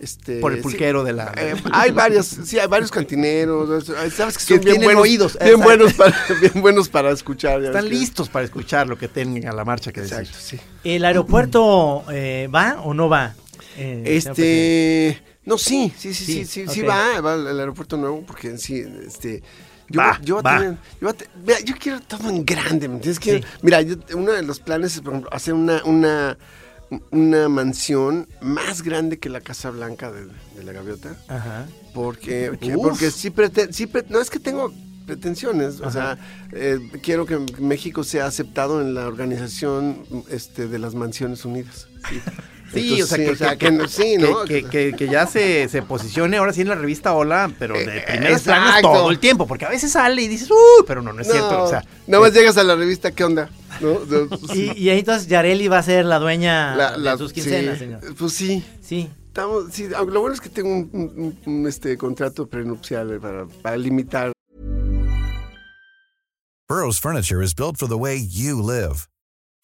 S4: Este,
S3: Por el
S4: sí.
S3: pulquero de la-
S4: Eh, hay varias, sí, hay varios cantineros. eh, Sabes que
S3: Que
S4: son bien
S3: tienen
S4: buenos.
S3: oídos,
S4: Bien
S3: exacto.
S4: buenos, para, bien buenos para escuchar. ya
S3: Están
S4: ves que-
S3: listos para escuchar lo que tengan a la marcha que decir.
S4: Exacto, sí.
S2: ¿El aeropuerto eh, va o no va? eh, señor presidente?
S4: Este, no, sí, sí, sí, sí,
S2: Sí,
S4: sí, sí,
S2: ok.
S4: va, va al al aeropuerto nuevo porque sí, este, yo,
S3: Va,
S4: yo, voy a
S3: va.
S4: tener- yo, voy a te- vea, yo quiero todo en grande, ¿me entiendes? Quiero-
S2: Sí.
S4: Mira, yo- uno de los planes es, por ejemplo, hacer una, una, una mansión más grande que la Casa Blanca de, de la Gaviota,
S2: Ajá.
S4: porque, que-
S3: Uf.
S4: porque sí, prete- sí pre- no es que tengo pretensiones, o sea, eh, quiero que México sea aceptado en la organización este, de las Mansiones Unidas. Sí,
S3: Sí, o sea,
S4: Entonces,
S3: que, que-
S4: no- sí, ¿no?
S3: que- que- que- que ya se, se posicione ahora sí en la revista Hola, pero de
S4: Eh,
S3: primeras
S4: exacto.
S3: planas todo el tiempo, porque a veces sale y dices, uy, pero no, no es cierto. O sea, eh,
S4: nada más llegas a la revista, ¿qué onda? ¿No? O sea, pues,
S2: Y, y ahí entonces Yareli va a ser la
S3: ah,
S2: dueña
S4: la- la-
S2: de sus quincenas,
S4: sí,
S2: señor.
S4: Pues sí.
S2: Sí.
S4: Estamos, sí, aunque lo bueno es que tengo un, un- un- un, este contrato prenupcial eh, para, para limitar
S5: Burrow's furniture is built for the way you live.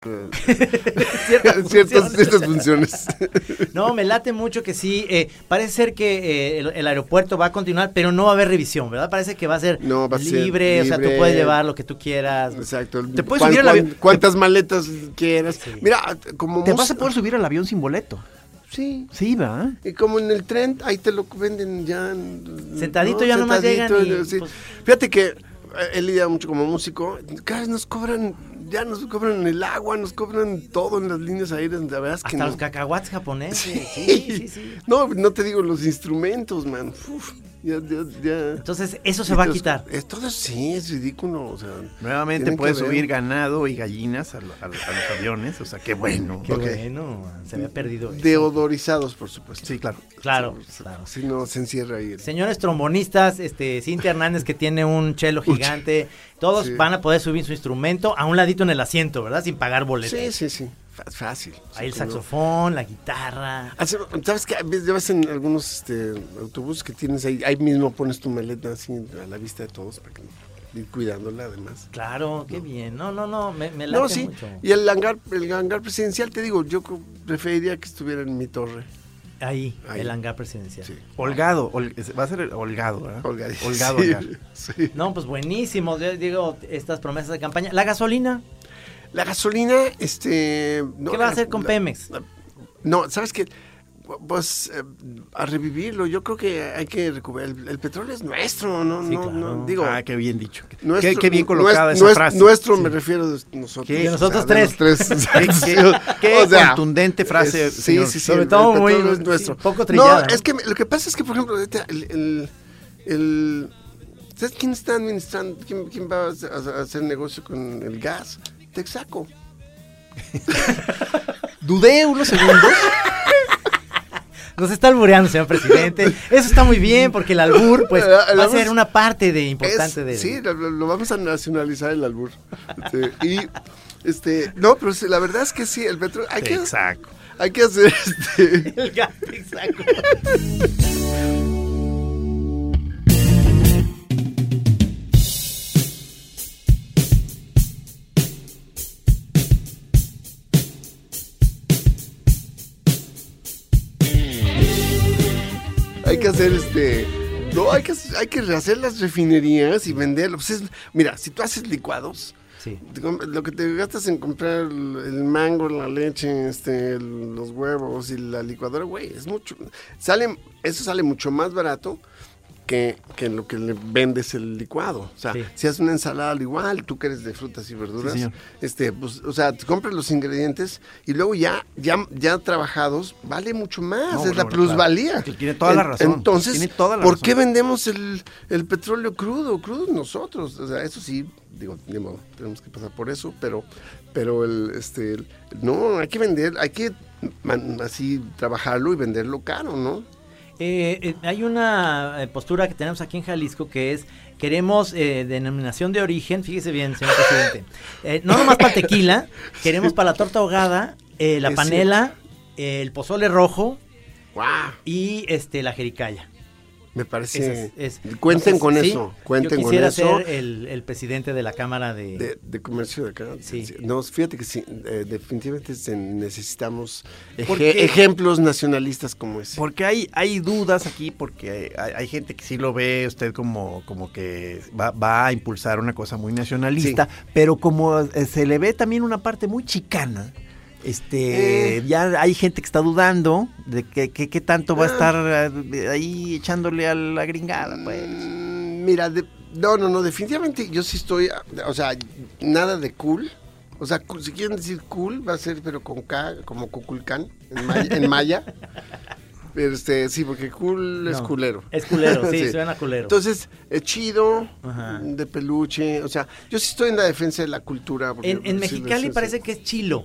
S2: Ciertas
S4: ciertas,
S2: funciones.
S4: ciertas funciones.
S2: No, me late mucho que sí. eh, parece ser que eh, el, el aeropuerto va a continuar, pero no va a haber revisión, ¿verdad? Parece que va a ser,
S4: No, va a ser
S2: libre, o sea, tú
S4: libre.
S2: puedes llevar lo que tú quieras.
S4: Exacto.
S3: Te puedes
S4: Cuán-
S3: subir al avión.
S4: cuán- Cuántas maletas quieras. Mira, como
S3: te
S4: mus-
S3: vas a poder subir al avión sin boleto.
S4: Sí.
S3: Sí, va.
S4: Y como en el tren, ahí te lo venden ya. n-
S2: Sentadito, ya nomás
S4: Sentadito,
S2: llegan y,
S4: sí.
S2: pues-
S4: Fíjate que eh, he lidiado mucho como músico. Cada vez nos cobran, ya nos cobran el agua, nos cobran todo en las líneas aéreas. La verdad es que
S2: Hasta
S4: no.
S2: los cacahuates japoneses. Sí, sí, sí.
S4: No, no te digo los instrumentos, man. Uf. Ya, ya, ya.
S2: Entonces, eso se va a
S4: Entonces,
S2: quitar.
S4: eh, Todo sí es ridículo. o sea,
S3: Nuevamente
S4: tienen que
S3: puedes
S4: ver.
S3: subir ganado y gallinas a, lo- a lo- a los aviones, o sea, qué bueno.
S2: Qué
S4: ok.
S2: bueno, se había perdido eso.
S4: Deodorizados, por supuesto.
S3: Sí, claro.
S2: Claro, claro.
S4: Si no, se encierra ahí. el-
S2: Señores trombonistas, este, Cintia Hernández que tiene un chelo gigante, todos
S4: Sí.
S2: van a poder subir su instrumento a un ladito en el asiento, ¿verdad? Sin pagar boleto.
S4: Sí, sí, sí. Fa- Fácil. Sí,
S2: Ahí el
S4: que no.
S2: saxofón, la guitarra.
S4: Hace- ¿Sabes qué? Ves- Ya ves en algunos este, autobuses que tienes ahí, ahí mismo pones tu maleta así a la vista de todos para que ir cuidándola además.
S2: Claro, qué bien. No, no, no, me, me late
S4: No, sí.
S2: mucho.
S4: Y el hangar, el hangar presidencial, te digo, yo co- preferiría que estuviera en mi torre.
S2: Ahí,
S4: Ahí.
S2: el hangar presidencial.
S4: Sí.
S3: Holgado, hol- va a ser holgado,
S2: Ah.
S3: ¿verdad?
S4: Holgar.
S3: Holgado,
S4: Sí,
S3: holgar.
S4: sí.
S2: No, pues buenísimo, yo digo, estas promesas de campaña. La gasolina,
S4: La gasolina, este... no,
S2: ¿qué va a
S4: la-
S2: hacer con
S4: la-
S2: Pemex?
S4: No, ¿sabes qué? Pues eh, a revivirlo, yo creo que hay que recuperar. El, el petróleo es nuestro, ¿no?
S2: Sí,
S4: no,
S2: claro.
S4: no, digo,
S3: Ah, qué bien dicho.
S4: nuestro-
S3: qué, qué bien
S4: nues-
S3: colocada esa
S4: nues-
S3: frase.
S4: Nuestro
S3: Sí.
S4: me refiero de nosotros.
S3: ¿Qué? De
S2: nosotros
S4: de los
S2: tres.
S4: tres.
S3: Qué- qué- qué contundente frase,
S4: es-
S3: señor.
S4: Sí, sí, sí.
S2: Sobre
S4: el-
S2: todo
S4: el
S2: muy-
S4: petróleo es
S2: sí,
S4: nuestro.
S2: poco trillada,
S4: No,
S2: ¿no?
S4: es que me- lo que pasa es que, por ejemplo, ahorita el. el- el- ¿Sabes quién está administrando? ¿Quién, quién va a hacer- a hacer negocio con el gas? Texaco.
S3: Dudé unos segundos.
S2: Nos está albureando, señor presidente. Eso está muy bien, porque el albur, pues,
S4: El- el
S2: va a
S4: albur
S2: ser
S4: es-
S2: una parte de
S4: Es-
S2: importante de.
S4: Sí, lo, lo- lo vamos a nacionalizar el albur. Este, y este, no, pero sí, la verdad es que sí, el petróleo hay que
S3: Exacto.
S4: hay que hacer este
S2: El gas, exacto.
S4: hay que hacer este no, hay que, hay que rehacer las refinerías y venderlo. Pues es- mira, si tú haces licuados,
S2: Sí.
S4: te com- lo que te gastas en comprar el, el mango, la leche, este, el- los huevos y la licuadora, güey, es mucho. Sale, eso sale mucho más barato que, que lo que le vendes el licuado. O sea,
S2: Sí.
S4: si haces una ensalada al igual, tú que eres de frutas y verduras,
S3: Sí, señor.
S4: este, pues, o sea, te compras los ingredientes y luego ya, ya, ya trabajados, vale mucho más.
S3: No,
S4: Ah, es la
S3: bueno, claro.
S4: plusvalía.
S3: Que tiene toda la razón.
S4: Entonces,
S3: Tiene toda la
S4: ¿por
S3: razón.
S4: qué vendemos el, el petróleo crudo? Crudo nosotros. O sea, eso sí, digo, ni modo, tenemos que pasar por eso, pero, pero el, este, el- no, hay que vender, hay que man- así trabajarlo y venderlo caro, ¿no?
S2: Eh, eh, hay una eh, postura que tenemos aquí en Jalisco que es queremos eh, denominación de origen, fíjese bien, señor presidente. Eh, no nomás para tequila, queremos para la torta ahogada, eh, la
S4: Es
S2: panela, eh, el pozole rojo
S4: ¡Guau!
S2: y este la jericaya.
S4: Me
S2: Esas-
S4: parece.
S2: es-
S4: cuenten
S2: entonces,
S4: con
S2: sí,
S4: eso, cuenten
S2: yo
S4: con
S2: quisiera eh,
S4: eso.
S2: ser el, el presidente de la Cámara de...
S4: De, de comercio de acá.
S2: Sí.
S4: No, fíjate que sí, eh, definitivamente se- necesitamos
S3: ¿Por
S4: eje-
S3: qué?
S4: ejemplos nacionalistas como ese.
S3: Porque hay, hay dudas aquí, porque hay, hay gente que sí lo ve usted como, como que va, va a impulsar una cosa muy nacionalista, pero como eh, se le ve también una parte muy chicana, este
S4: Eh.
S3: ya hay gente que está dudando de que, que- qué tanto va a
S4: Ah.
S3: estar eh, ahí echándole a la gringada, pues.
S4: Mm, Mira, de- no, no, no, definitivamente yo sí estoy, ah, o sea, nada de cool. O sea, cu- si quieren decir cool, va a ser pero con K, como Cuculcán, en maya. en maya. Este, sí, porque cool es
S2: No,
S4: culero.
S2: Es culero, sí, suena culero.
S4: Entonces, eh, chido,
S2: Ajá.
S4: de peluche, o sea, yo sí estoy en la defensa de la cultura. porque-
S2: en, en
S4: sí,
S2: Mexicali
S4: sí, sí.
S2: parece que es chilo.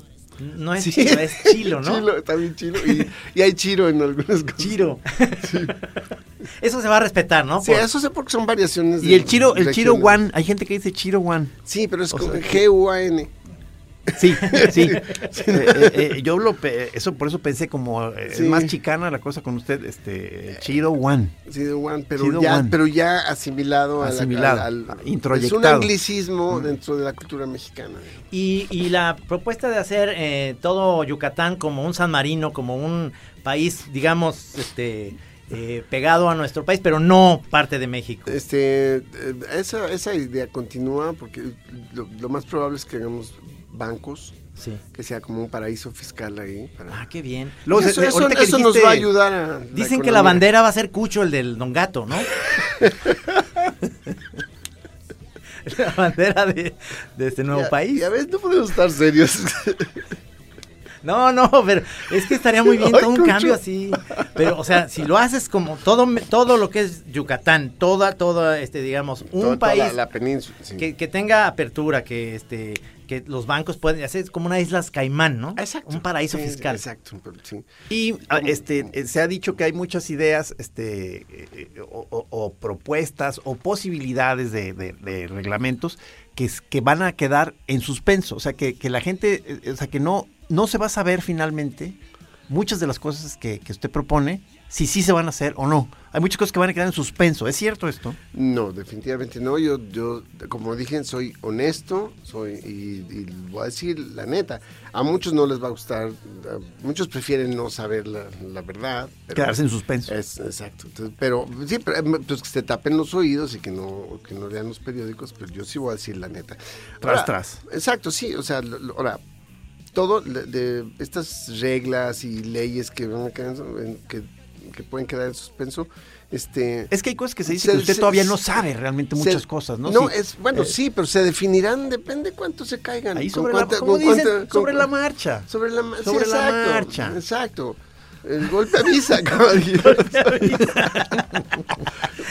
S2: No es
S4: Sí.
S2: chilo, es chilo, ¿no?
S4: Chilo, está bien chilo. Y, y hay chiro en algunas cosas.
S2: Chiro. Eso se va a respetar, ¿no?
S4: Sí,
S2: Por-
S4: eso sé porque son variaciones.
S3: Y
S4: de-
S3: el chiro, el chiro
S4: regionales.
S3: one, hay gente que dice chiro one.
S4: Sí, pero es
S3: O
S4: con
S3: sea,
S4: G-U-A-N.
S3: Sí, sí. Eh, eh, eh, yo lo pe- eso por eso pensé como eh, es
S4: Sí.
S3: más chicana la cosa con usted, este Chiro One.
S4: Sí, de One, pero,
S3: Sido
S4: ya,
S3: One.
S4: pero ya asimilado, a la-
S3: Asimilado,
S4: al, al-
S3: introyectado.
S4: Es un anglicismo dentro de la cultura mexicana.
S2: Y, y la propuesta de hacer eh, todo Yucatán como un San Marino, como un país, digamos, este, eh, pegado a nuestro país, pero no parte de México.
S4: Este, eh, esa, esa idea continúa porque lo, lo más probable es que hagamos bancos,
S2: Sí.
S4: que sea como un paraíso fiscal ahí. para-
S2: Ah, qué bien.
S3: Luego,
S4: Y eso
S3: se-
S4: eso-
S3: ahorita que
S4: eso nos
S3: dijiste-
S4: va a ayudar a...
S2: Dicen que la
S4: economía.
S2: bandera va a ser Cucho, el del Don Gato, ¿no? la bandera de, de este nuevo
S4: Ya-
S2: país.
S4: Ya ves, no podemos estar serios.
S2: No, no, pero es que estaría muy bien todo un cambio así. Pero, o sea, si lo haces como todo, todo lo que es Yucatán, toda, toda, este, digamos, un
S4: Toda- toda
S2: país
S4: la, la península. sí.
S2: que, que tenga apertura, que este, que los bancos pueden hacer es como una isla Caimán, ¿no? Un paraíso
S4: Sí,
S2: fiscal.
S4: Exacto, pero sí.
S3: Y ah, este, eh, se ha dicho que hay muchas ideas este, eh, eh, o, o- o propuestas o posibilidades de, de- de reglamentos que, es- que van a quedar en suspenso. O sea, que, que la gente, eh, o sea, que no, no se va a saber finalmente muchas de las cosas que, que usted propone, si sí se van a hacer o no. Hay muchas cosas que van a quedar en suspenso. ¿Es cierto esto?
S4: No, definitivamente no. Yo, yo, como dije, soy honesto, soy y, y voy a decir la neta. A muchos no les va a gustar, a muchos prefieren no saber la, la verdad. pero-
S3: Quedarse en suspenso.
S4: Es, exacto. Entonces, pero sí, pero, eh, pues que se tapen los oídos y que no, que no lean los periódicos, pero yo sí voy a decir la neta.
S3: Tras,
S4: Ahora,
S3: tras.
S4: Exacto, sí. O sea, lo- lo- ahora, todo le- de estas reglas y leyes que, van a quedar en- que, que pueden quedar en suspenso, este...
S3: Es que hay cosas que se dice
S4: se-
S3: que usted
S4: se-
S3: todavía
S4: se-
S3: no sabe realmente
S4: se-
S3: muchas cosas, ¿no?
S4: No,
S3: Sí.
S4: es, bueno,
S3: Eh,
S4: sí, pero se definirán, depende cuánto se caigan.
S3: Ahí
S4: con
S3: sobre la,
S4: cuánta-
S3: ¿cómo
S4: con
S3: dicen?
S4: cuánta- con-
S3: sobre la marcha.
S4: Sobre la, ma- sí,
S3: Sobre la
S4: exacto,
S3: marcha.
S4: Exacto. El golpe avisa, caballero.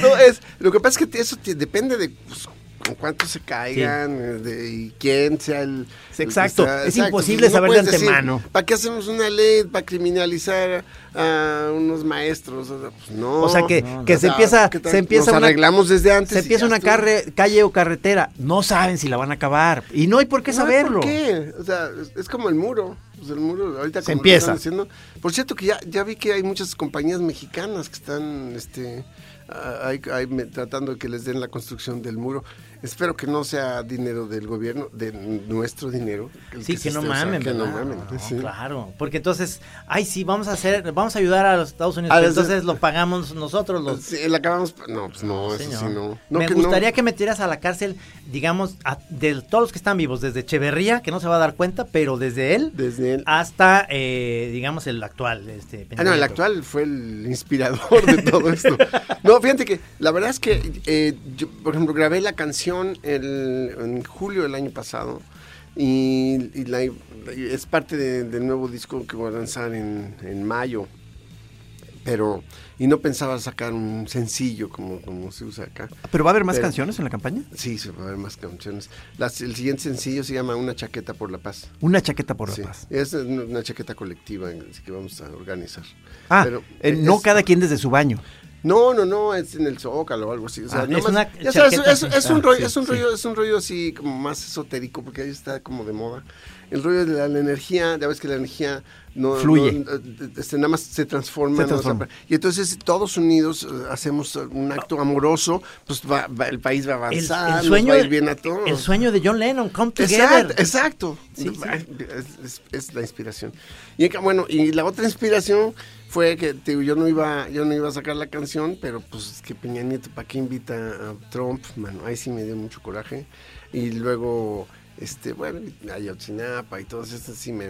S4: no, es, lo que pasa es que eso te- depende de pues, con cuánto se caigan eh, de- y quién sea el...
S3: Sí, exacto.
S4: el que está-
S3: Es imposible saber de
S4: puedes decir,
S3: antemano.
S4: ¿Para qué hacemos una ley para criminalizar a unos maestros? O sea, pues, no.
S3: O sea, que-
S4: No,
S3: que
S4: no.
S3: se
S4: O sea,
S3: empieza-
S4: ¿qué tal?
S3: se empieza
S4: Nos
S3: una-
S4: arreglamos desde antes.
S3: se
S4: y
S3: empieza
S4: ya
S3: una
S4: estuvo.
S3: carre- calle o carretera. No saben si la van a acabar. Y no hay por qué
S4: No,
S3: saberlo.
S4: ¿Por qué? O sea, es- es como el muro. Pues el muro ahorita
S3: Se
S4: como lo
S3: empieza.
S4: están haciendo. Por cierto que ya, ya vi que hay muchas compañías mexicanas que están este, ah, ahí- ahí me- tratando de que les den la construcción del muro. Espero que no sea dinero del gobierno, de nuestro dinero. el
S2: Sí, que,
S4: se
S2: no
S4: esté- o sea,
S2: mamen,
S4: que no
S2: ¿verdad?
S4: mamen,
S2: No,
S4: sí.
S2: Claro, porque entonces, ay, sí, vamos a hacer, vamos a ayudar a los Estados Unidos,
S4: A
S2: pero
S4: los-
S2: entonces lo pagamos nosotros los...
S4: Ah, Sí, la acabamos. No, pues no, eso
S2: señor.
S4: sí no. No,
S2: Me
S4: que no.
S2: gustaría que metieras a la cárcel, digamos, a- de todos los que están vivos, desde Echeverría, que no se va a dar cuenta, pero desde él
S4: Desde el.
S2: hasta, eh, digamos, el actual. Este, Peña
S4: Ah, no, el
S2: Nieto.
S4: actual fue el inspirador de todo esto. No, fíjate que la verdad es que, eh, yo, por ejemplo, grabé la canción el- en julio del año pasado y, y la- y es parte de- del nuevo disco que voy a lanzar en, en mayo. Pero, y no pensaba sacar un sencillo como, como se usa acá.
S3: ¿Pero va a haber más
S4: Pero-
S3: canciones en la campaña?
S4: Sí, se va a ver más canciones. Las- el siguiente sencillo se llama Una chaqueta por la paz.
S3: Una chaqueta por la
S4: Sí,
S3: paz.
S4: Es una chaqueta colectiva así que vamos a organizar.
S3: Ah,
S4: Pero,
S3: eh,
S4: eh,
S3: no
S4: es-
S3: cada quien desde su baño.
S4: no, no, no, es en el Zócalo o algo así. O sea,
S2: Ah,
S4: nada
S2: es
S4: más-
S2: una
S4: ya sabes,
S2: chaqueta
S4: es,
S2: así.
S4: es un
S2: Ah,
S4: rollo,
S2: sí,
S4: es un
S2: sí.
S4: rollo, es un rollo así como más esotérico, porque ahí está como de moda. El rollo de la, la energía, ya ves que la energía no
S3: Fluye.
S4: no, eh, este, nada más se transforma.
S3: Se
S4: ¿no? O sea,
S3: transforma.
S4: y entonces todos unidos eh, hacemos un acto amoroso, pues va- va- el país va a
S2: El,
S4: avanzar,
S2: el
S4: nos
S2: sueño,
S4: va a ir bien a todos.
S2: el sueño de John Lennon, Come Together.
S4: Exacto, exacto.
S2: Sí,
S4: Ay, Es, es- es la inspiración. Y acá, bueno, y la otra inspiración fue que te digo, yo no iba, yo no iba a sacar la canción, pero pues es que Peña Nieto, ¿para qué invita a Trump? Mano, ahí sí me dio mucho coraje. Y luego, este, bueno, Ayotzinapa y todas estas sí me,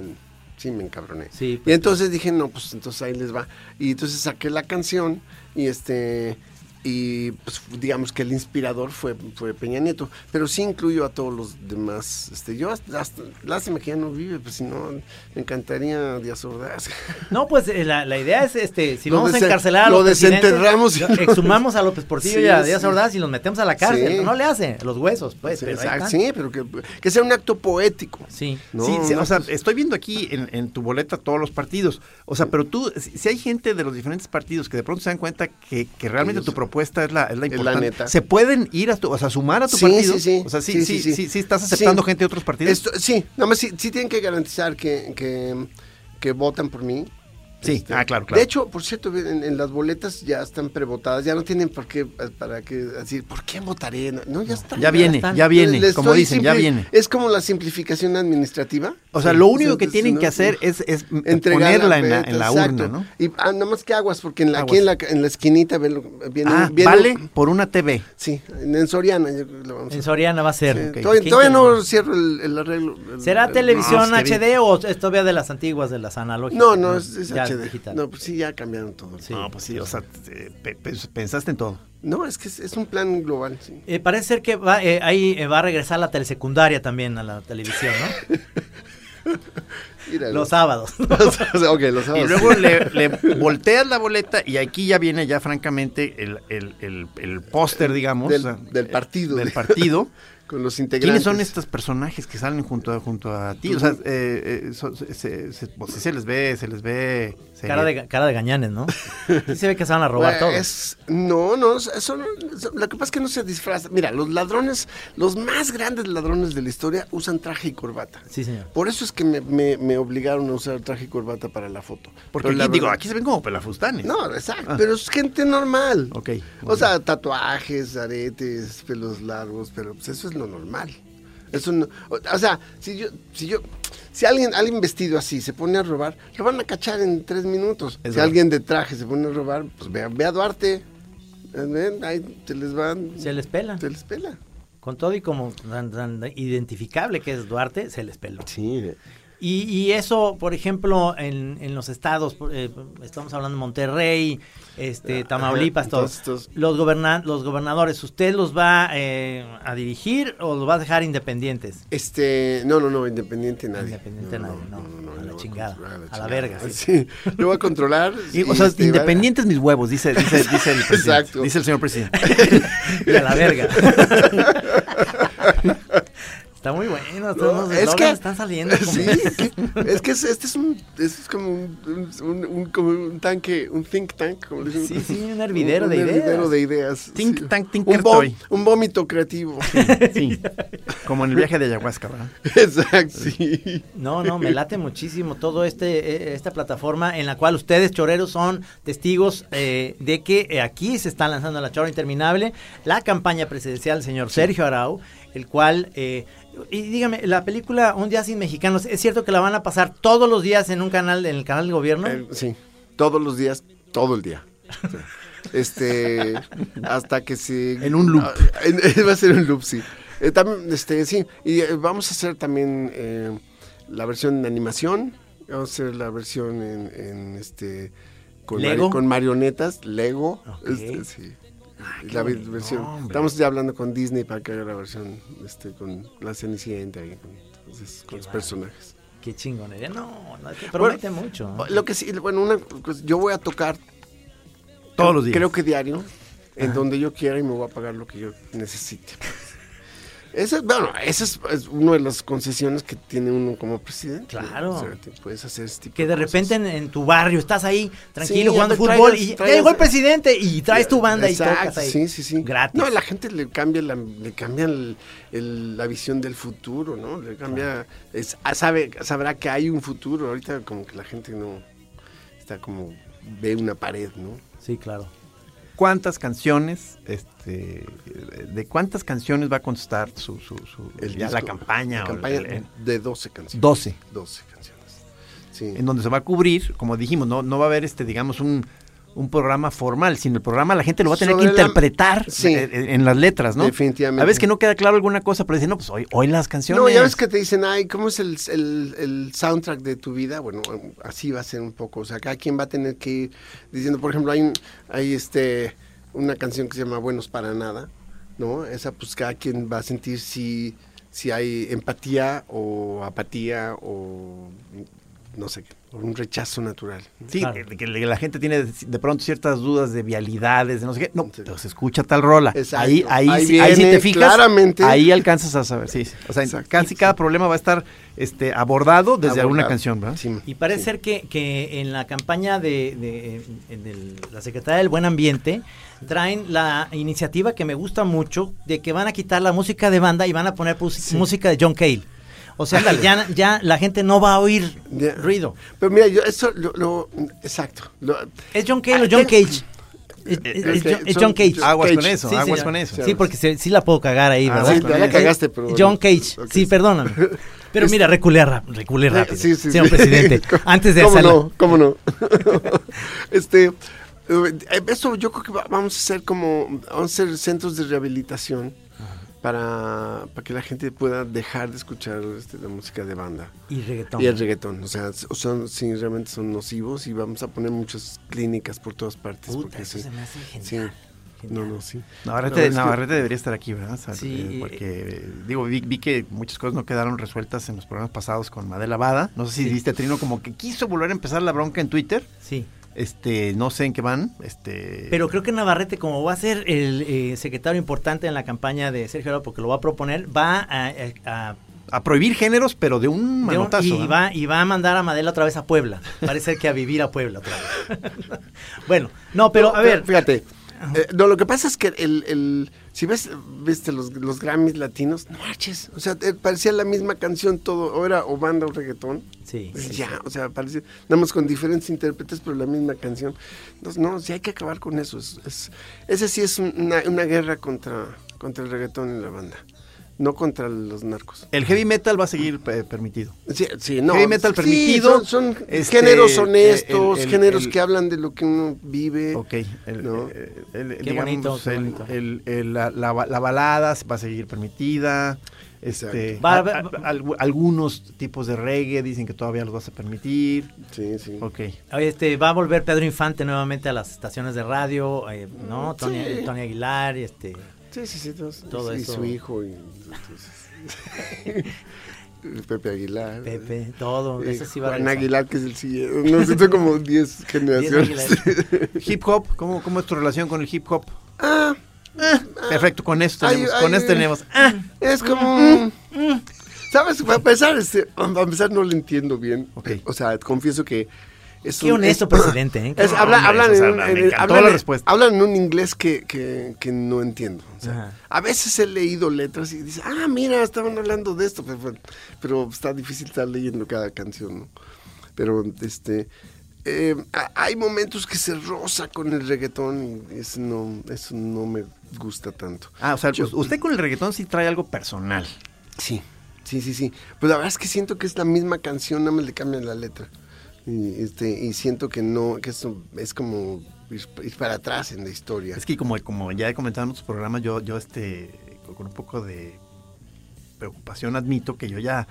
S4: sí me encabroné.
S2: Sí,
S4: y entonces dije, no, pues entonces ahí les va. Y entonces saqué la canción y este y pues digamos que el inspirador fue, fue Peña Nieto, pero sí incluyo a todos los demás. Este, yo hasta, hasta- lástima que ya no vive, pues si no, me encantaría Díaz Ordaz.
S2: No, pues eh, la, la idea es, este, si
S4: Lo
S2: vamos a
S4: desen-
S2: encarcelar a
S4: lo
S2: los presidentes,
S4: desenterramos y
S2: lo-
S4: los-
S2: exhumamos a López Portillo
S4: Sí,
S2: y a Díaz
S4: sí.
S2: Ordaz y los metemos a la cárcel.
S4: Sí.
S2: No le hace, los huesos, pues.
S4: Sí,
S2: pero ahí
S4: exacto,
S2: están.
S4: sí, pero que, que sea un acto poético.
S2: Sí.
S4: No,
S3: sí, sí,
S4: no,
S3: o sea,
S4: pues-
S3: estoy viendo aquí en, en tu boleta todos los partidos. O sea, pero tú, si, si hay gente de los diferentes partidos que de pronto se dan cuenta que, que realmente
S4: Ellos-
S3: tu propuesta es la, es la
S4: la
S3: importante,
S4: neta.
S3: se pueden ir a tu, o sea, sumar a tu
S4: Sí,
S3: partido.
S4: sí, sí.
S3: O sea, sí, sí,
S4: Sí,
S3: sí,
S4: sí,
S3: sí,
S4: sí.
S3: estás aceptando
S4: Sí.
S3: gente de otros partidos.
S4: Esto- sí, nada más sí, sí tienen que garantizar que, que, que votan por mí.
S3: Sí,
S4: Este,
S3: ah, claro, claro.
S4: De hecho, por cierto, en, en las boletas ya están prevotadas, ya no tienen por qué, eh, para qué decir, ¿por qué votaré? No, ya está.
S3: ya viene,
S2: están.
S3: ya viene,
S4: Les
S3: como
S4: estoy
S3: dicen, ya
S4: simpli-
S3: viene.
S4: Es como la simplificación administrativa.
S3: O sea,
S4: Sí.
S3: lo único que
S4: Entonces,
S3: tienen
S4: ¿no? pues,
S3: que hacer es, es
S4: Entregarla,
S3: ponerla en la,
S4: eh,
S3: en la
S4: exacto.
S3: urna, ¿no?
S4: Y ah, nada más que aguas, porque en la- aquí en la,
S3: Aguas.
S4: en la esquinita ven lo- viene,
S3: Ah,
S4: viene-
S3: vale por una TV.
S4: Sí, en, en Soriana. yo creo que lo vamos a-
S2: En Soriana va a ser.
S4: Sí,
S2: Ok.
S4: Todavía,
S2: Qué
S4: todavía
S2: interesante.
S4: no cierro el, el arreglo. el-
S2: ¿Será
S4: el-
S2: televisión
S3: no, es que
S2: HD o es todavía de las antiguas, de las analógicas?
S4: No, no, es, es
S2: ya
S4: HD.
S2: digital.
S4: No, pues sí, ya cambiaron todo.
S2: Sí.
S3: No, pues sí, o sea, eh, pe- pe- pensaste en todo.
S4: No, es que es, es un plan global. sí.
S2: Eh, parece ser que va, eh, ahí eh, va a regresar la telesecundaria también a la televisión, ¿no?
S4: Míralo.
S2: Los sábados.
S4: ok, los
S3: Y
S4: sábados.
S3: luego le, le volteas la boleta y aquí ya viene ya francamente el, el- el- el póster, digamos.
S4: Eh, Del-
S3: o sea,
S2: eh,
S4: del partido.
S3: Del partido.
S4: Con los
S3: ¿Quiénes
S4: integrantes.
S3: son estos personajes que salen junto a, junto a ti? O sea, eh, eh, so- se, se- pues, sí se les ve, se les ve... se-
S2: Cara de, ga- cara de gañanes, ¿no? Sí se ve que se van a robar todo.
S4: Pues, no, no, son, son- lo que pasa es que no se disfrazan. Mira, los ladrones, los más grandes ladrones de la historia usan traje y corbata.
S2: Sí, señor.
S4: Por eso es que me, me- me obligaron a usar traje y corbata para la foto.
S3: Porque
S4: Pero la
S3: aquí, digo,
S4: verdad-
S3: aquí se ven como pelafustanes.
S4: No, exacto,
S3: Ah.
S4: pero es gente normal.
S3: Ok, muy
S4: O sea, tatuajes, aretes, pelos largos, pero pues eso es lo normal. Eso no- o, o sea, si yo, si yo, si alguien, alguien vestido así se pone a robar, lo van a cachar en tres minutos. si
S3: verdad.
S4: alguien de traje se pone a robar, pues ve, a- ve a Duarte. Eh, ven, ahí te les van.
S2: Se les pela.
S4: Se les pela.
S2: Con todo y como tan, tan identificable que es Duarte, se les peló.
S4: Sí.
S2: Y, y eso, por ejemplo, en, en los estados, por- eh, estamos hablando de Monterrey, este, Tamaulipas,
S4: Ah, ajá,
S2: todos.
S4: todos estos.
S2: Los, goberna- los gobernadores, ¿usted los va eh, a dirigir o los va a dejar independientes?
S4: Este, no, no, no, independiente nadie.
S2: Independiente nadie, no, a la
S4: yo voy
S2: chingada,
S4: controlar,
S2: a la verga, sí.
S4: Sí, lo voy a controlar.
S3: Y, o sea,
S4: este, va-
S3: independientes mis huevos, dice, dice, dice el presidente.
S4: Exacto.
S3: Dice el señor presidente.
S2: Y a la verga. Está muy bueno, todos los eslogans están saliendo. como-
S4: Sí, es que, es que es- este es un, este es como un, un- un- un- como un tanque, un think tank, como le dicen.
S2: Sí, sí, un hervidero de ideas.
S4: hervidero de ideas,
S3: Think
S4: sí.
S3: tank,
S4: un,
S3: thinker
S4: vo-
S3: toy.
S4: un vómito creativo.
S3: Sí. Como en el viaje de ayahuasca, ¿verdad?
S4: Exacto, sí.
S2: No, no, me late muchísimo todo este eh, esta plataforma en la cual ustedes choreros son testigos eh, de que eh, aquí se está lanzando la chora interminable, la campaña presidencial del señor Sergio Arau, el cual eh, y dígame la película Un día sin mexicanos es cierto que la van a pasar todos los días en un canal en el canal del gobierno.
S4: Eh, sí, todos los días, todo el día. O sea, Este, hasta que se...
S3: En un loop.
S4: Ah, en- va a ser un loop, sí. Eh, también, este, sí, y eh, vamos a hacer también eh, la versión en animación, vamos a hacer la versión en, en, este, con,
S2: Lego.
S4: con marionetas, Lego,
S2: Ok.
S4: este, sí.
S3: Ah,
S4: la vi- versión.
S3: hombre.
S4: Estamos ya hablando con Disney para que haga la versión este, con la Cenicienta y con, entonces, con los personajes.
S2: Qué chingonería. No, no te promete
S4: Bueno,
S2: mucho. ¿no?
S4: Lo que sí, bueno, una, cosa, yo voy a tocar
S3: Todos los días.
S4: Creo que diario, en donde yo quiera y me voy a pagar lo que yo necesite. Esa, es- bueno, esa es, es una de las concesiones que tiene uno como presidente.
S2: Claro.
S4: O sea, te puedes hacer este tipo
S2: Que de
S4: cosas.
S2: repente en, en tu barrio estás ahí tranquilo
S4: Sí,
S2: jugando
S4: ya te
S2: fútbol
S4: traigas-
S2: y ya
S4: traigas-
S2: llegó el presidente y traes tu banda y
S4: Exacto,
S2: tocas ahí.
S4: Sí, sí, sí.
S2: Gratis.
S4: No, a la gente le cambia la, le cambia el- el- la visión del futuro, ¿no? Le cambia. es- ah, sabe, sabrá que hay un futuro. Ahorita, como que la gente no. Está como. Ve una pared, ¿no?
S2: Sí, claro.
S3: ¿Cuántas canciones, este, de cuántas canciones va a constar su, su, su- ya la
S4: disco-
S3: campaña?
S4: la
S3: o
S4: campaña
S3: el- el-
S4: de 12 canciones.
S3: 12.
S4: 12 canciones. Sí.
S3: en donde se va a cubrir, como dijimos, no, no va a haber este, digamos, un, un programa formal, sino el programa la gente lo va a tener
S4: Sobre
S3: que
S4: la-
S3: interpretar
S4: Sí.
S3: eh, en, las letras, ¿no?
S4: Definitivamente.
S3: A veces que no queda claro alguna cosa, pero dicen, no, pues hoy, hoy las canciones.
S4: No, ya ves que te dicen, ay, ¿cómo es el, el- el soundtrack de tu vida? Bueno, así va a ser un poco. O sea, cada quien va a tener que ir diciendo, por ejemplo, hay, un- hay este, una canción que se llama Buenos para Nada, ¿no? Esa, pues cada quien va a sentir si, si hay empatía o apatía o no sé qué, o un rechazo natural.
S3: Sí,
S2: Claro.
S3: eh, que la gente tiene de de pronto ciertas dudas de vialidades, de no sé qué. No,
S4: Sí.
S3: pero se escucha tal rola.
S4: Exacto.
S3: Ahí, ahí,
S4: Ahí
S3: sí- ahí sí
S4: viene
S3: te fijas.
S4: claramente.
S3: Ahí alcanzas a saber. Sí, sí. O sea,
S4: Exacto.
S3: casi cada problema va a estar este, abordado desde alguna
S4: Abordar.
S3: canción, ¿verdad?
S4: Sí.
S2: Y parece ser que, que en la campaña de, de- en el- la Secretaría del Buen Ambiente traen la iniciativa que me gusta mucho de que van a quitar la música de banda y van a poner pus- música de John Cale. O sea, que ya, ya la gente no va a oír
S4: Ya.
S2: ruido.
S4: Pero mira, yo eso lo, lo- exacto. lo-
S2: ¿Es John Cale o
S4: Ah, Eh,
S2: John
S4: ten-
S2: Cage? Es, es- es
S4: ok,
S2: John- es
S4: son-
S2: John Cage.
S4: yo-
S3: Aguas
S4: Cage.
S3: con eso,
S2: Sí,
S3: aguas
S2: señor.
S3: con eso.
S2: Sí, porque se- sí la puedo cagar ahí,
S3: Ah,
S2: ¿verdad?
S3: sí, ya
S4: la cagaste, pero bueno.
S2: John Cage.
S4: Ok.
S2: Sí, perdóname. Pero mira, reculé, rap- reculé rápido.
S4: Sí, sí,
S2: señor
S4: sí.
S2: presidente, antes de
S4: ¿Cómo
S2: hacerla.
S4: no? ¿Cómo no? este, eh, eso yo creo que va- vamos a hacer como, vamos a hacer centros de rehabilitación para, para que la gente pueda dejar de escuchar este, la música de banda
S2: Y reggaetón.
S4: y el reggaetón. O sea, s- son, sí, realmente son nocivos y vamos a poner muchas clínicas por todas partes.
S2: Puta,
S4: porque
S2: eso
S4: sí,
S2: se me hace
S4: sí.
S2: genial.
S4: No, no, sí.
S3: Navarrete,
S4: No, es
S3: Navarrete debería estar aquí, ¿verdad? O sea,
S2: Sí,
S3: eh,
S2: y-
S3: porque eh, digo, vi, vi que muchas cosas no quedaron resueltas en los programas pasados con Madela Bada. No sé si viste a Trino como que quiso volver a empezar la bronca en Twitter.
S2: Sí.
S3: Este, no sé en qué van. Este,
S2: Pero creo que Navarrete, como va a ser el eh, secretario importante en la campaña de Sergio Alba, porque lo va a proponer, va a, a- a-
S3: a prohibir géneros, pero de un
S2: de un-
S3: manotazo.
S2: y,
S3: ¿verdad?
S2: va, y va a mandar a Madela otra vez a Puebla. Parece que a vivir a Puebla otra vez. bueno, no, pero a ver,
S4: Fíjate. eh, no, lo que pasa es que el, el- si ves viste los, los Grammys latinos, no marches. O sea, te- parecía la misma canción todo, o era o banda o reggaetón.
S2: Sí,
S4: Pues
S2: sí,
S4: ya, o sea, parecía, nada más con diferentes intérpretes, pero la misma canción. Entonces, no, sí hay que acabar con eso. Es, es- ese sí es un- una, una guerra contra, contra el reggaetón en la banda, no contra los narcos.
S3: El heavy metal va a seguir eh, permitido.
S4: Sí, sí, no.
S3: Heavy metal
S4: sí,
S3: permitido,
S4: son son
S3: este,
S4: géneros honestos,
S3: el- el-
S4: géneros
S3: el-
S4: que hablan de lo que uno vive.
S3: Ok. El,
S4: ¿no?
S3: eh, el-
S2: Qué
S3: digamos,
S2: bonito, qué
S3: el-
S2: bonito.
S3: el- el- la, la ba- la balada va a seguir permitida. Este,
S2: Va a
S3: a-
S2: haber-
S3: a- al- algunos tipos de reggae dicen que todavía los vas a permitir.
S4: Sí, sí.
S3: Ok.
S2: este, va a volver Pedro Infante nuevamente a las estaciones de radio, eh,
S3: Mm,
S2: ¿no? Tony, Tony Aguilar, este...
S4: Sí, sí, sí. Todos,
S2: Todo
S4: y
S2: eso.
S4: su hijo. Y, entonces- Pepe Aguilar.
S2: Pepe, todo,
S4: eh,
S2: eso sí va a
S4: Juan
S2: regresar.
S4: Aguilar, que es el siguiente. No, siento como 10
S2: Diez
S4: generaciones.
S2: Aguilares.
S3: Hip hop, ¿cómo, ¿cómo es tu relación con el hip hop? Eh,
S4: Ah,
S3: Perfecto, con esto
S4: Ay,
S3: tenemos.
S4: ay,
S3: con esto
S4: ay.
S3: tenemos. Ah,
S4: es como. ¿Sabes? Para empezar, este, para empezar no lo entiendo bien. Eh,
S3: Ok.
S4: O sea, confieso que. Es
S2: Qué honesto presidente, ¿eh?
S4: es- habla-
S3: hombre,
S4: hablan,
S3: o sea,
S4: en, un-
S3: me
S4: en-
S3: encantó
S4: hablan-
S3: la respuesta.
S4: hablan en un inglés que, que- que no entiendo. o sea,
S2: Ajá.
S4: a veces he leído letras y dices, ah, mira, estaban hablando de esto, pero, pero está difícil estar leyendo cada canción, ¿no? Pero este, eh, a- hay momentos que se roza con el reggaetón y eso no, eso no me gusta tanto.
S3: Ah, o sea,
S4: Yo-
S3: usted con el reggaetón sí trae algo personal.
S4: Sí, sí, sí, sí. Pues la verdad es que siento que es la misma canción, nada más le cambian la letra. Y, este, y siento que no, que eso es como ir, ir para atrás en la historia.
S3: Es que como, como ya he comentado en otros programas, yo, yo este, con- con un poco de preocupación admito que yo ya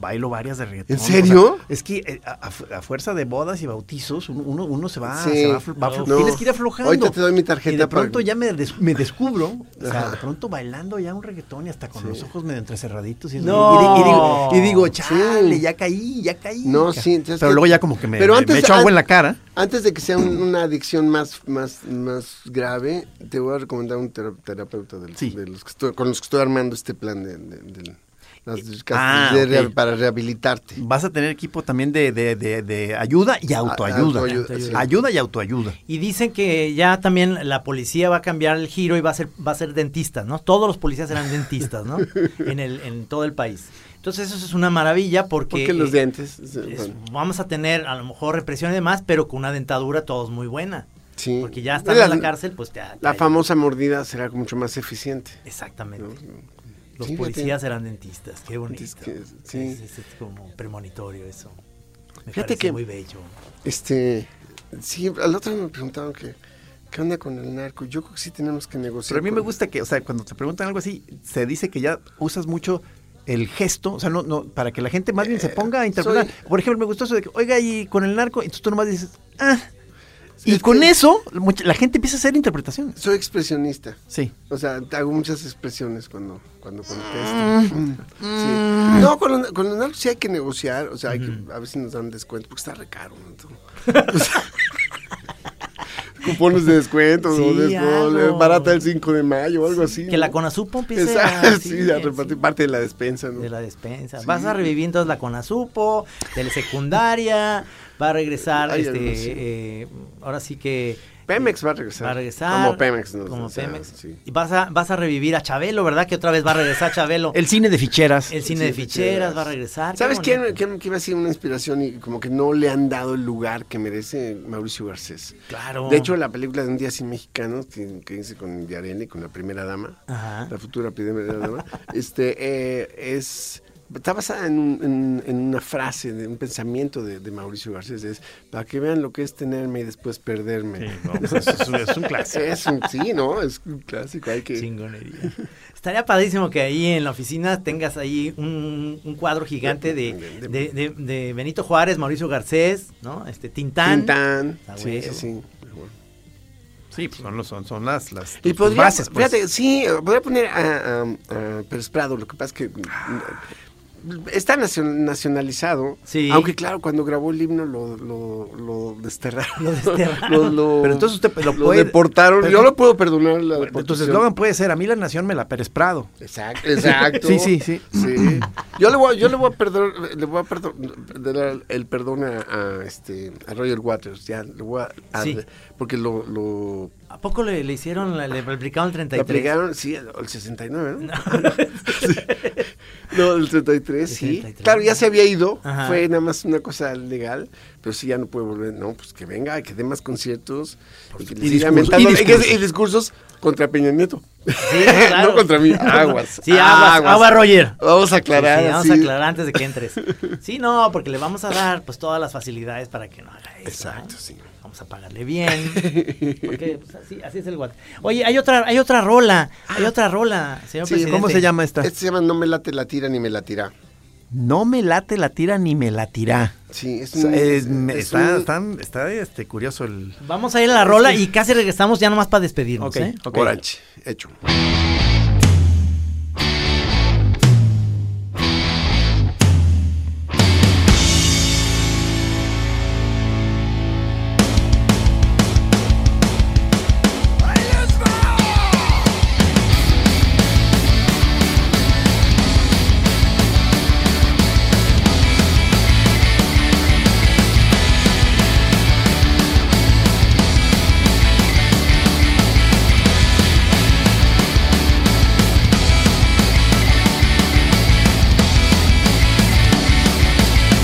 S3: bailo varias de reggaetón.
S4: ¿En serio?
S3: es que eh, a, a- a fuerza de bodas y bautizos, uno, uno, uno se va,
S4: Sí.
S3: se va, aflo- va aflo-
S4: No.
S3: tienes que ir aflojando.
S4: Ahorita te doy mi tarjeta
S3: Y de
S4: para-
S3: pronto ya me, des- me descubro, o sea,
S4: Ajá.
S3: de pronto bailando ya un reggaetón y hasta con los ojos medio entrecerraditos. Y,
S2: No.
S3: y, di- y digo, y digo, chale,
S4: Sí.
S3: ya caí, ya caí.
S4: No,
S3: ca-
S4: sí, entonces
S3: Pero
S4: que-
S3: luego ya como que me,
S4: Pero
S3: me- me
S4: antes-
S3: echo agua en
S4: an-
S3: la cara.
S4: Antes de que sea un- una adicción más, más, más grave, te voy a recomendar un tera- terapeuta del-
S3: Sí.
S4: de los que estoy- con los que estoy armando este plan de, de- de las-
S3: ah,
S4: de rea-
S3: ok.
S4: para rehabilitarte.
S3: Vas a tener equipo también de, de- de- de ayuda y autoayuda.
S4: autoayuda, Ah, sí.
S3: Ayuda y autoayuda.
S2: Y dicen que ya también la policía va a cambiar el giro y va a ser, va a ser dentistas, ¿no? Todos los policías serán dentistas, ¿no? En, el, en todo el país. Entonces eso es una maravilla porque...
S4: Porque los
S2: eh,
S4: dientes.
S2: es-
S4: bueno,
S2: vamos a tener a lo mejor represión y demás, pero con una dentadura todos muy buena.
S4: sí.
S2: Porque ya están
S4: La-
S2: en la cárcel, pues ya...
S4: La
S2: ya-
S4: famosa mordida será mucho más eficiente.
S2: Exactamente. Los
S4: Sí, fíjate.
S2: policías serán dentistas, qué bonito.
S4: Es que- sí.
S2: es, es- es como premonitorio eso. Me
S4: Fíjate
S2: parece
S4: que-
S2: muy bello.
S4: Este, sí, al otro día me preguntaron que, qué onda con el narco. Yo creo que sí tenemos que negociar.
S3: Pero a mí
S4: con-
S3: me gusta que, o sea, cuando te preguntan algo así, se dice que ya usas mucho el gesto, o sea, no, no, para que la gente más bien se ponga a interpretar.
S4: Eh, soy-
S3: Por ejemplo, me gustó eso de que, oiga, y con el narco, entonces tú nomás dices, ah.
S4: Sí,
S3: Y
S4: es
S3: con
S4: que
S3: eso, mucha- la gente empieza a hacer interpretaciones.
S4: Soy expresionista.
S3: Sí.
S4: O sea, hago muchas expresiones cuando, cuando contesto.
S2: Mm,
S4: Sí. No, con, los- con los narcos sí hay que negociar. O sea, hay que, a veces nos dan descuento porque está re caro. ¿no? Entonces, o sea, cupones de descuento.
S2: Sí,
S4: o de- o
S2: algo.
S4: barata el 5 de mayo o algo así.
S2: Que la
S4: ¿no?
S2: Conasupo empiece a-
S4: Exacto, sí, a
S2: sí,
S4: repartir
S2: sí.
S4: parte de la despensa. ¿no?
S2: de la despensa. Vas a revivir entonces la Conasupo, telesecundaria, va a regresar,
S4: Ay,
S2: este,
S4: algo así.
S2: eh, ahora sí que...
S4: Pemex va a regresar.
S2: Va a regresar.
S4: Como Pemex. ¿no?
S2: Como
S4: O sea,
S2: Pemex.
S4: sí.
S2: Y vas a, vas a revivir a Chabelo, ¿verdad? Que otra vez va a regresar Chabelo. el,
S3: El cine de ficheras.
S2: cine de ficheras va a regresar. qué
S4: ¿Sabes quién,
S2: bonito.
S4: quién, quién ha sido una inspiración y como que no le han dado el lugar que merece Mauricio Garcés?
S2: Claro.
S4: De hecho, la película de Un Día Sin Mexicanos, que, que hice con Yareli, con la primera dama,
S2: Ajá.
S4: la futura primera dama, este, eh, es, está basada en, un- en- en una frase, de un pensamiento de, de Mauricio Garcés, es, para que vean lo que es tenerme y después perderme.
S3: es un clásico.
S4: Es un, sí, ¿no? Es un clásico, hay que...
S2: Chingonería. Estaría padrísimo que ahí en la oficina tengas ahí un, un cuadro gigante de, de, de- de Benito Juárez, Mauricio Garcés, ¿no? Este, Tintán.
S4: Tintán.
S2: Ah,
S4: Sí,
S2: güey.
S4: sí, sí.
S3: Sí, pues son, los- son, son las, las
S4: Y
S3: tus- tus
S4: podría,
S3: bases, pues.
S4: fíjate, sí, podría poner a, a- a Pérez Prado, lo que pasa es que mm, está nacion- nacionalizado,
S2: Sí.
S4: aunque claro, cuando grabó el himno lo, lo, lo desterraron.
S2: Lo desterraron.
S4: Lo- lo-
S3: Pero entonces usted pues, lo
S4: lo
S3: puede-
S4: deportaron,
S3: pero
S4: yo
S3: tú-
S4: lo puedo perdonar la
S3: Entonces,
S4: deportación.
S3: el eslogan puede ser, a mí la nación me la Pérez Prado.
S4: Exacto, exacto.
S3: Sí, sí, sí.
S4: Sí. Yo le voy, a- yo le voy a perdonar, le voy a perdo- dar el perdón a, a, este a Roger Waters, ya le voy a, a-
S2: Sí.
S4: porque lo, lo
S2: ¿A poco le, le hicieron, la- le aplicaron el
S4: La
S2: 33?
S4: aplicaron, sí, el 69, ¿no? Sí. No, el 33, sí.
S2: 73.
S4: Claro, ya se había ido,
S2: Ajá.
S4: fue nada más una cosa legal, pero sí, ya no puede volver, no, pues que venga, que dé más conciertos. Y, que le
S3: y
S4: siga
S3: discursos,
S4: mentando-
S3: y
S4: y que-
S3: discursos.
S4: y discursos contra Peña Nieto.
S2: Sí, claro.
S4: no contra mí, aguas.
S2: Sí, aguas, agua, Roger.
S4: Vamos a
S2: Sí, sí,
S4: aclarar.
S2: vamos
S4: así.
S2: a aclarar antes de que entres. Sí, no, porque le vamos a dar pues todas las facilidades para que no haga eso.
S4: Exacto,
S2: ¿no?
S4: sí.
S2: Vamos a pagarle bien. Porque pues, así, así es el guate. Oye, hay otra, hay otra rola, hay otra rola, señor
S4: Sí,
S2: presidente.
S3: ¿Cómo se llama esta?
S4: Este se llama No me late la tira ni me la tira.
S3: No me late la tira ni me la tirá.
S4: Sí, es
S3: O sea,
S4: un-
S3: es- Eh, me-
S4: es
S3: está
S4: un-
S3: están- está, este, curioso el...
S2: Vamos a ir a la rola y casi regresamos ya nomás para despedirnos,
S3: Ok,
S2: ¿eh?
S3: ok.
S4: Orange, hecho.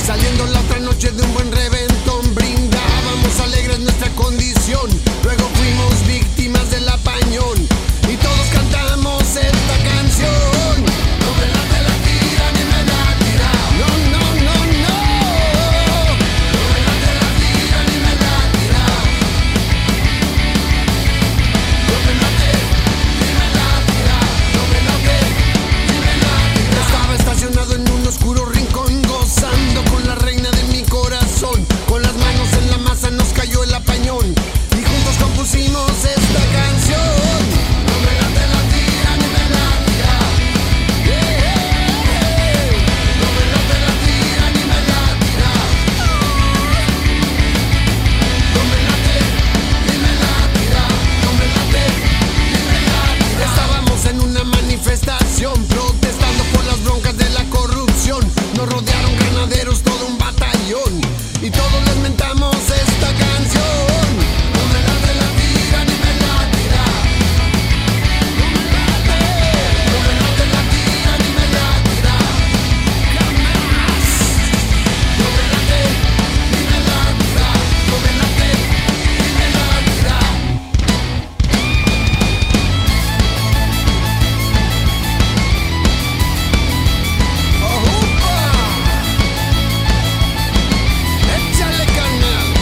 S8: Saliendo la otra noche de un buen reventón, brindábamos alegres nuestra condición. Luego fuimos víctimas del apañón y todos cantamos esta canción. No me late la tira ni me la tira. No, no, no, no. No me late la tira ni me la tira. No me late ni me la tira. No me late ni me la tira. Estaba estacionado en un oscuro rincón gozando con la reina de mi corazón. Con las manos en la masa nos cayó el apañón y juntos compusimos esta canción. No me late la tira ni me la tira. Eh, eh, eh. No me late la tira ni me la tira. No me late ni me la tira. No me late ni me la tira. Estábamos en una manifestación protestando por las broncas de la corrupción. Nos rodearon granaderos todo un batallón y todos les mentamos esta canción. No me late la tira ni me la tira. No me late, no me late la tira ni me la tira. Jamás. No me late ni me la tira. No me late ni me la tira. ¡Ojupa! ¡Échale canal!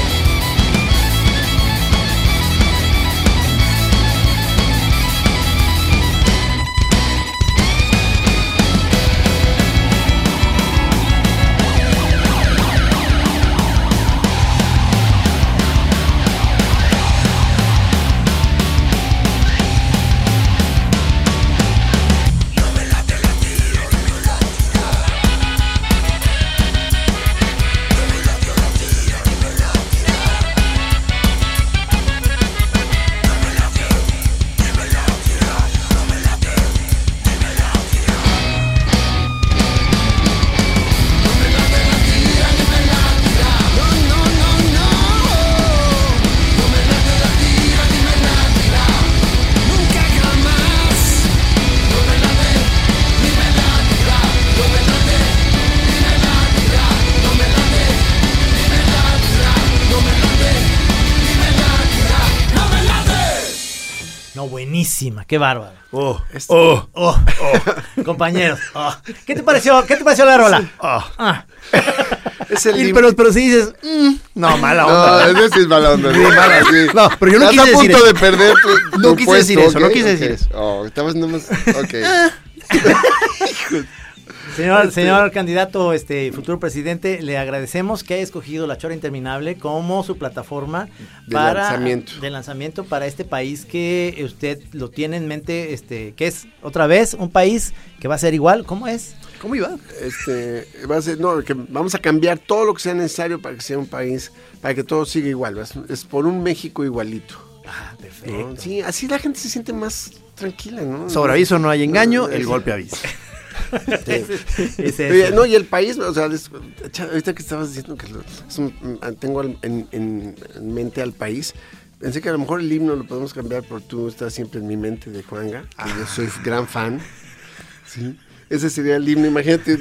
S2: No, buenísima, qué bárbaro.
S3: Oh,
S4: Este-
S3: oh,
S2: Oh, oh, compañeros. oh. ¿Qué te pareció? ¿Qué te pareció la rola?
S3: oh.
S2: Ah.
S4: Es el
S3: Y-
S4: himno-
S3: pero, pero si dices, mm, no, mala
S4: No,
S3: onda.
S4: ese sí es mala onda.
S3: Sí, mala, sí. No, pero yo no quise
S4: Estás a
S3: decir
S4: punto
S3: eso.
S4: de perder tu,
S3: No
S4: tu
S3: quise
S4: puesto,
S3: decir eso, no
S4: ¿ok? Oh,
S3: quise decir
S4: Ok.
S3: eso.
S4: Oh, estabas nomás... Ok.
S2: Señor, señor candidato, este futuro presidente, le agradecemos que haya escogido La Chora Interminable como su plataforma
S4: De lanzamiento.
S2: de lanzamiento para este país que usted lo tiene en mente, este, que es otra vez un país que va a ser igual, ¿cómo es?
S3: ¿Cómo iba?
S4: Este, va a ser, no, que vamos a cambiar todo lo que sea necesario para que sea un país, para que todo siga igual. Es, es por un México igualito.
S2: Ah,
S4: ¿no?
S2: perfecto.
S4: Sí, así la gente se siente más tranquila, ¿no?
S3: Sobre aviso no hay engaño, el golpe avisa.
S2: Es eso.
S4: Oye, no, y el país, o sea, es- cha- ahorita que estabas diciendo que lo- es un- mm, tengo al- en, en- en mente al país, pensé que a lo mejor el himno lo podemos cambiar por tú estás siempre en mi mente de Juanga, que yo soy
S2: Ah.
S4: gran fan. Sí. Ese sería el himno, imagínate.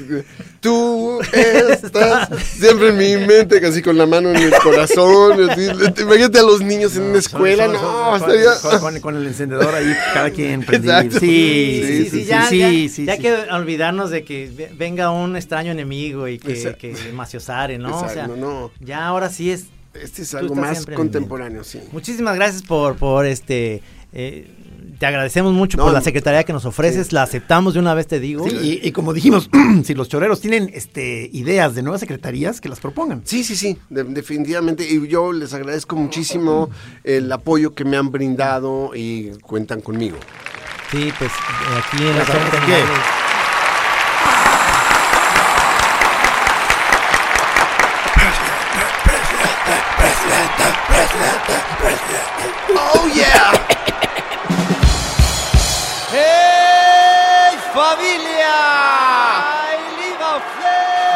S4: Tú estás siempre en mi mente, casi con la mano en el corazón. así, Imagínate a los niños en una escuela.
S3: Son- son-
S4: No,
S3: son-
S4: estaría.
S3: con, con- con el encendedor ahí, cada quien prendido.
S4: Exacto.
S2: Sí,
S3: Sí, sí, sí, sí,
S2: ya,
S3: sí,
S2: ya,
S3: sí,
S2: ya
S3: sí.
S2: que olvidarnos de que ve- venga un extraño enemigo y que,
S4: Exacto.
S2: que maciosare, ¿no?
S4: Exacto,
S2: o sea,
S4: no.
S2: ya ahora sí es
S4: Este es
S2: Tú
S4: algo
S2: estás
S4: más
S2: siempre en mi mente.
S4: contemporáneo, sí.
S2: Muchísimas gracias por, por este. eh, te agradecemos mucho
S4: No,
S2: por la
S4: no,
S2: secretaría que nos ofreces. La aceptamos de una vez, te digo.
S3: Sí, y, y como dijimos, si los choreros tienen este, ideas de nuevas secretarías, que las propongan.
S4: Sí, sí, sí, de- definitivamente. Y yo les agradezco muchísimo el apoyo que me han brindado y cuentan conmigo.
S2: Sí, pues eh, aquí en la
S3: Gracias,
S2: Cámara
S3: Enrique.
S2: Comunal de-
S6: Oh yeah. Hey familia.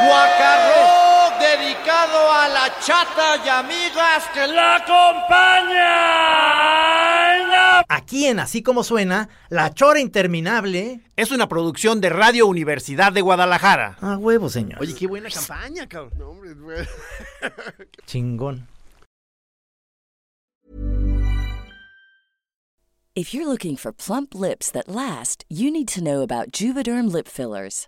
S6: Guacarro dedicado a la chata y amigas que la acompañan.
S2: Aquí en Así Como Suena, La Chora Interminable.
S3: Es una producción de Radio Universidad de Guadalajara.
S2: A huevo, señor.
S3: Oye, qué buena campaña, cabrón.
S2: Chingón.
S8: If you're looking for plump lips that last, you need to know about Juvederm lip fillers.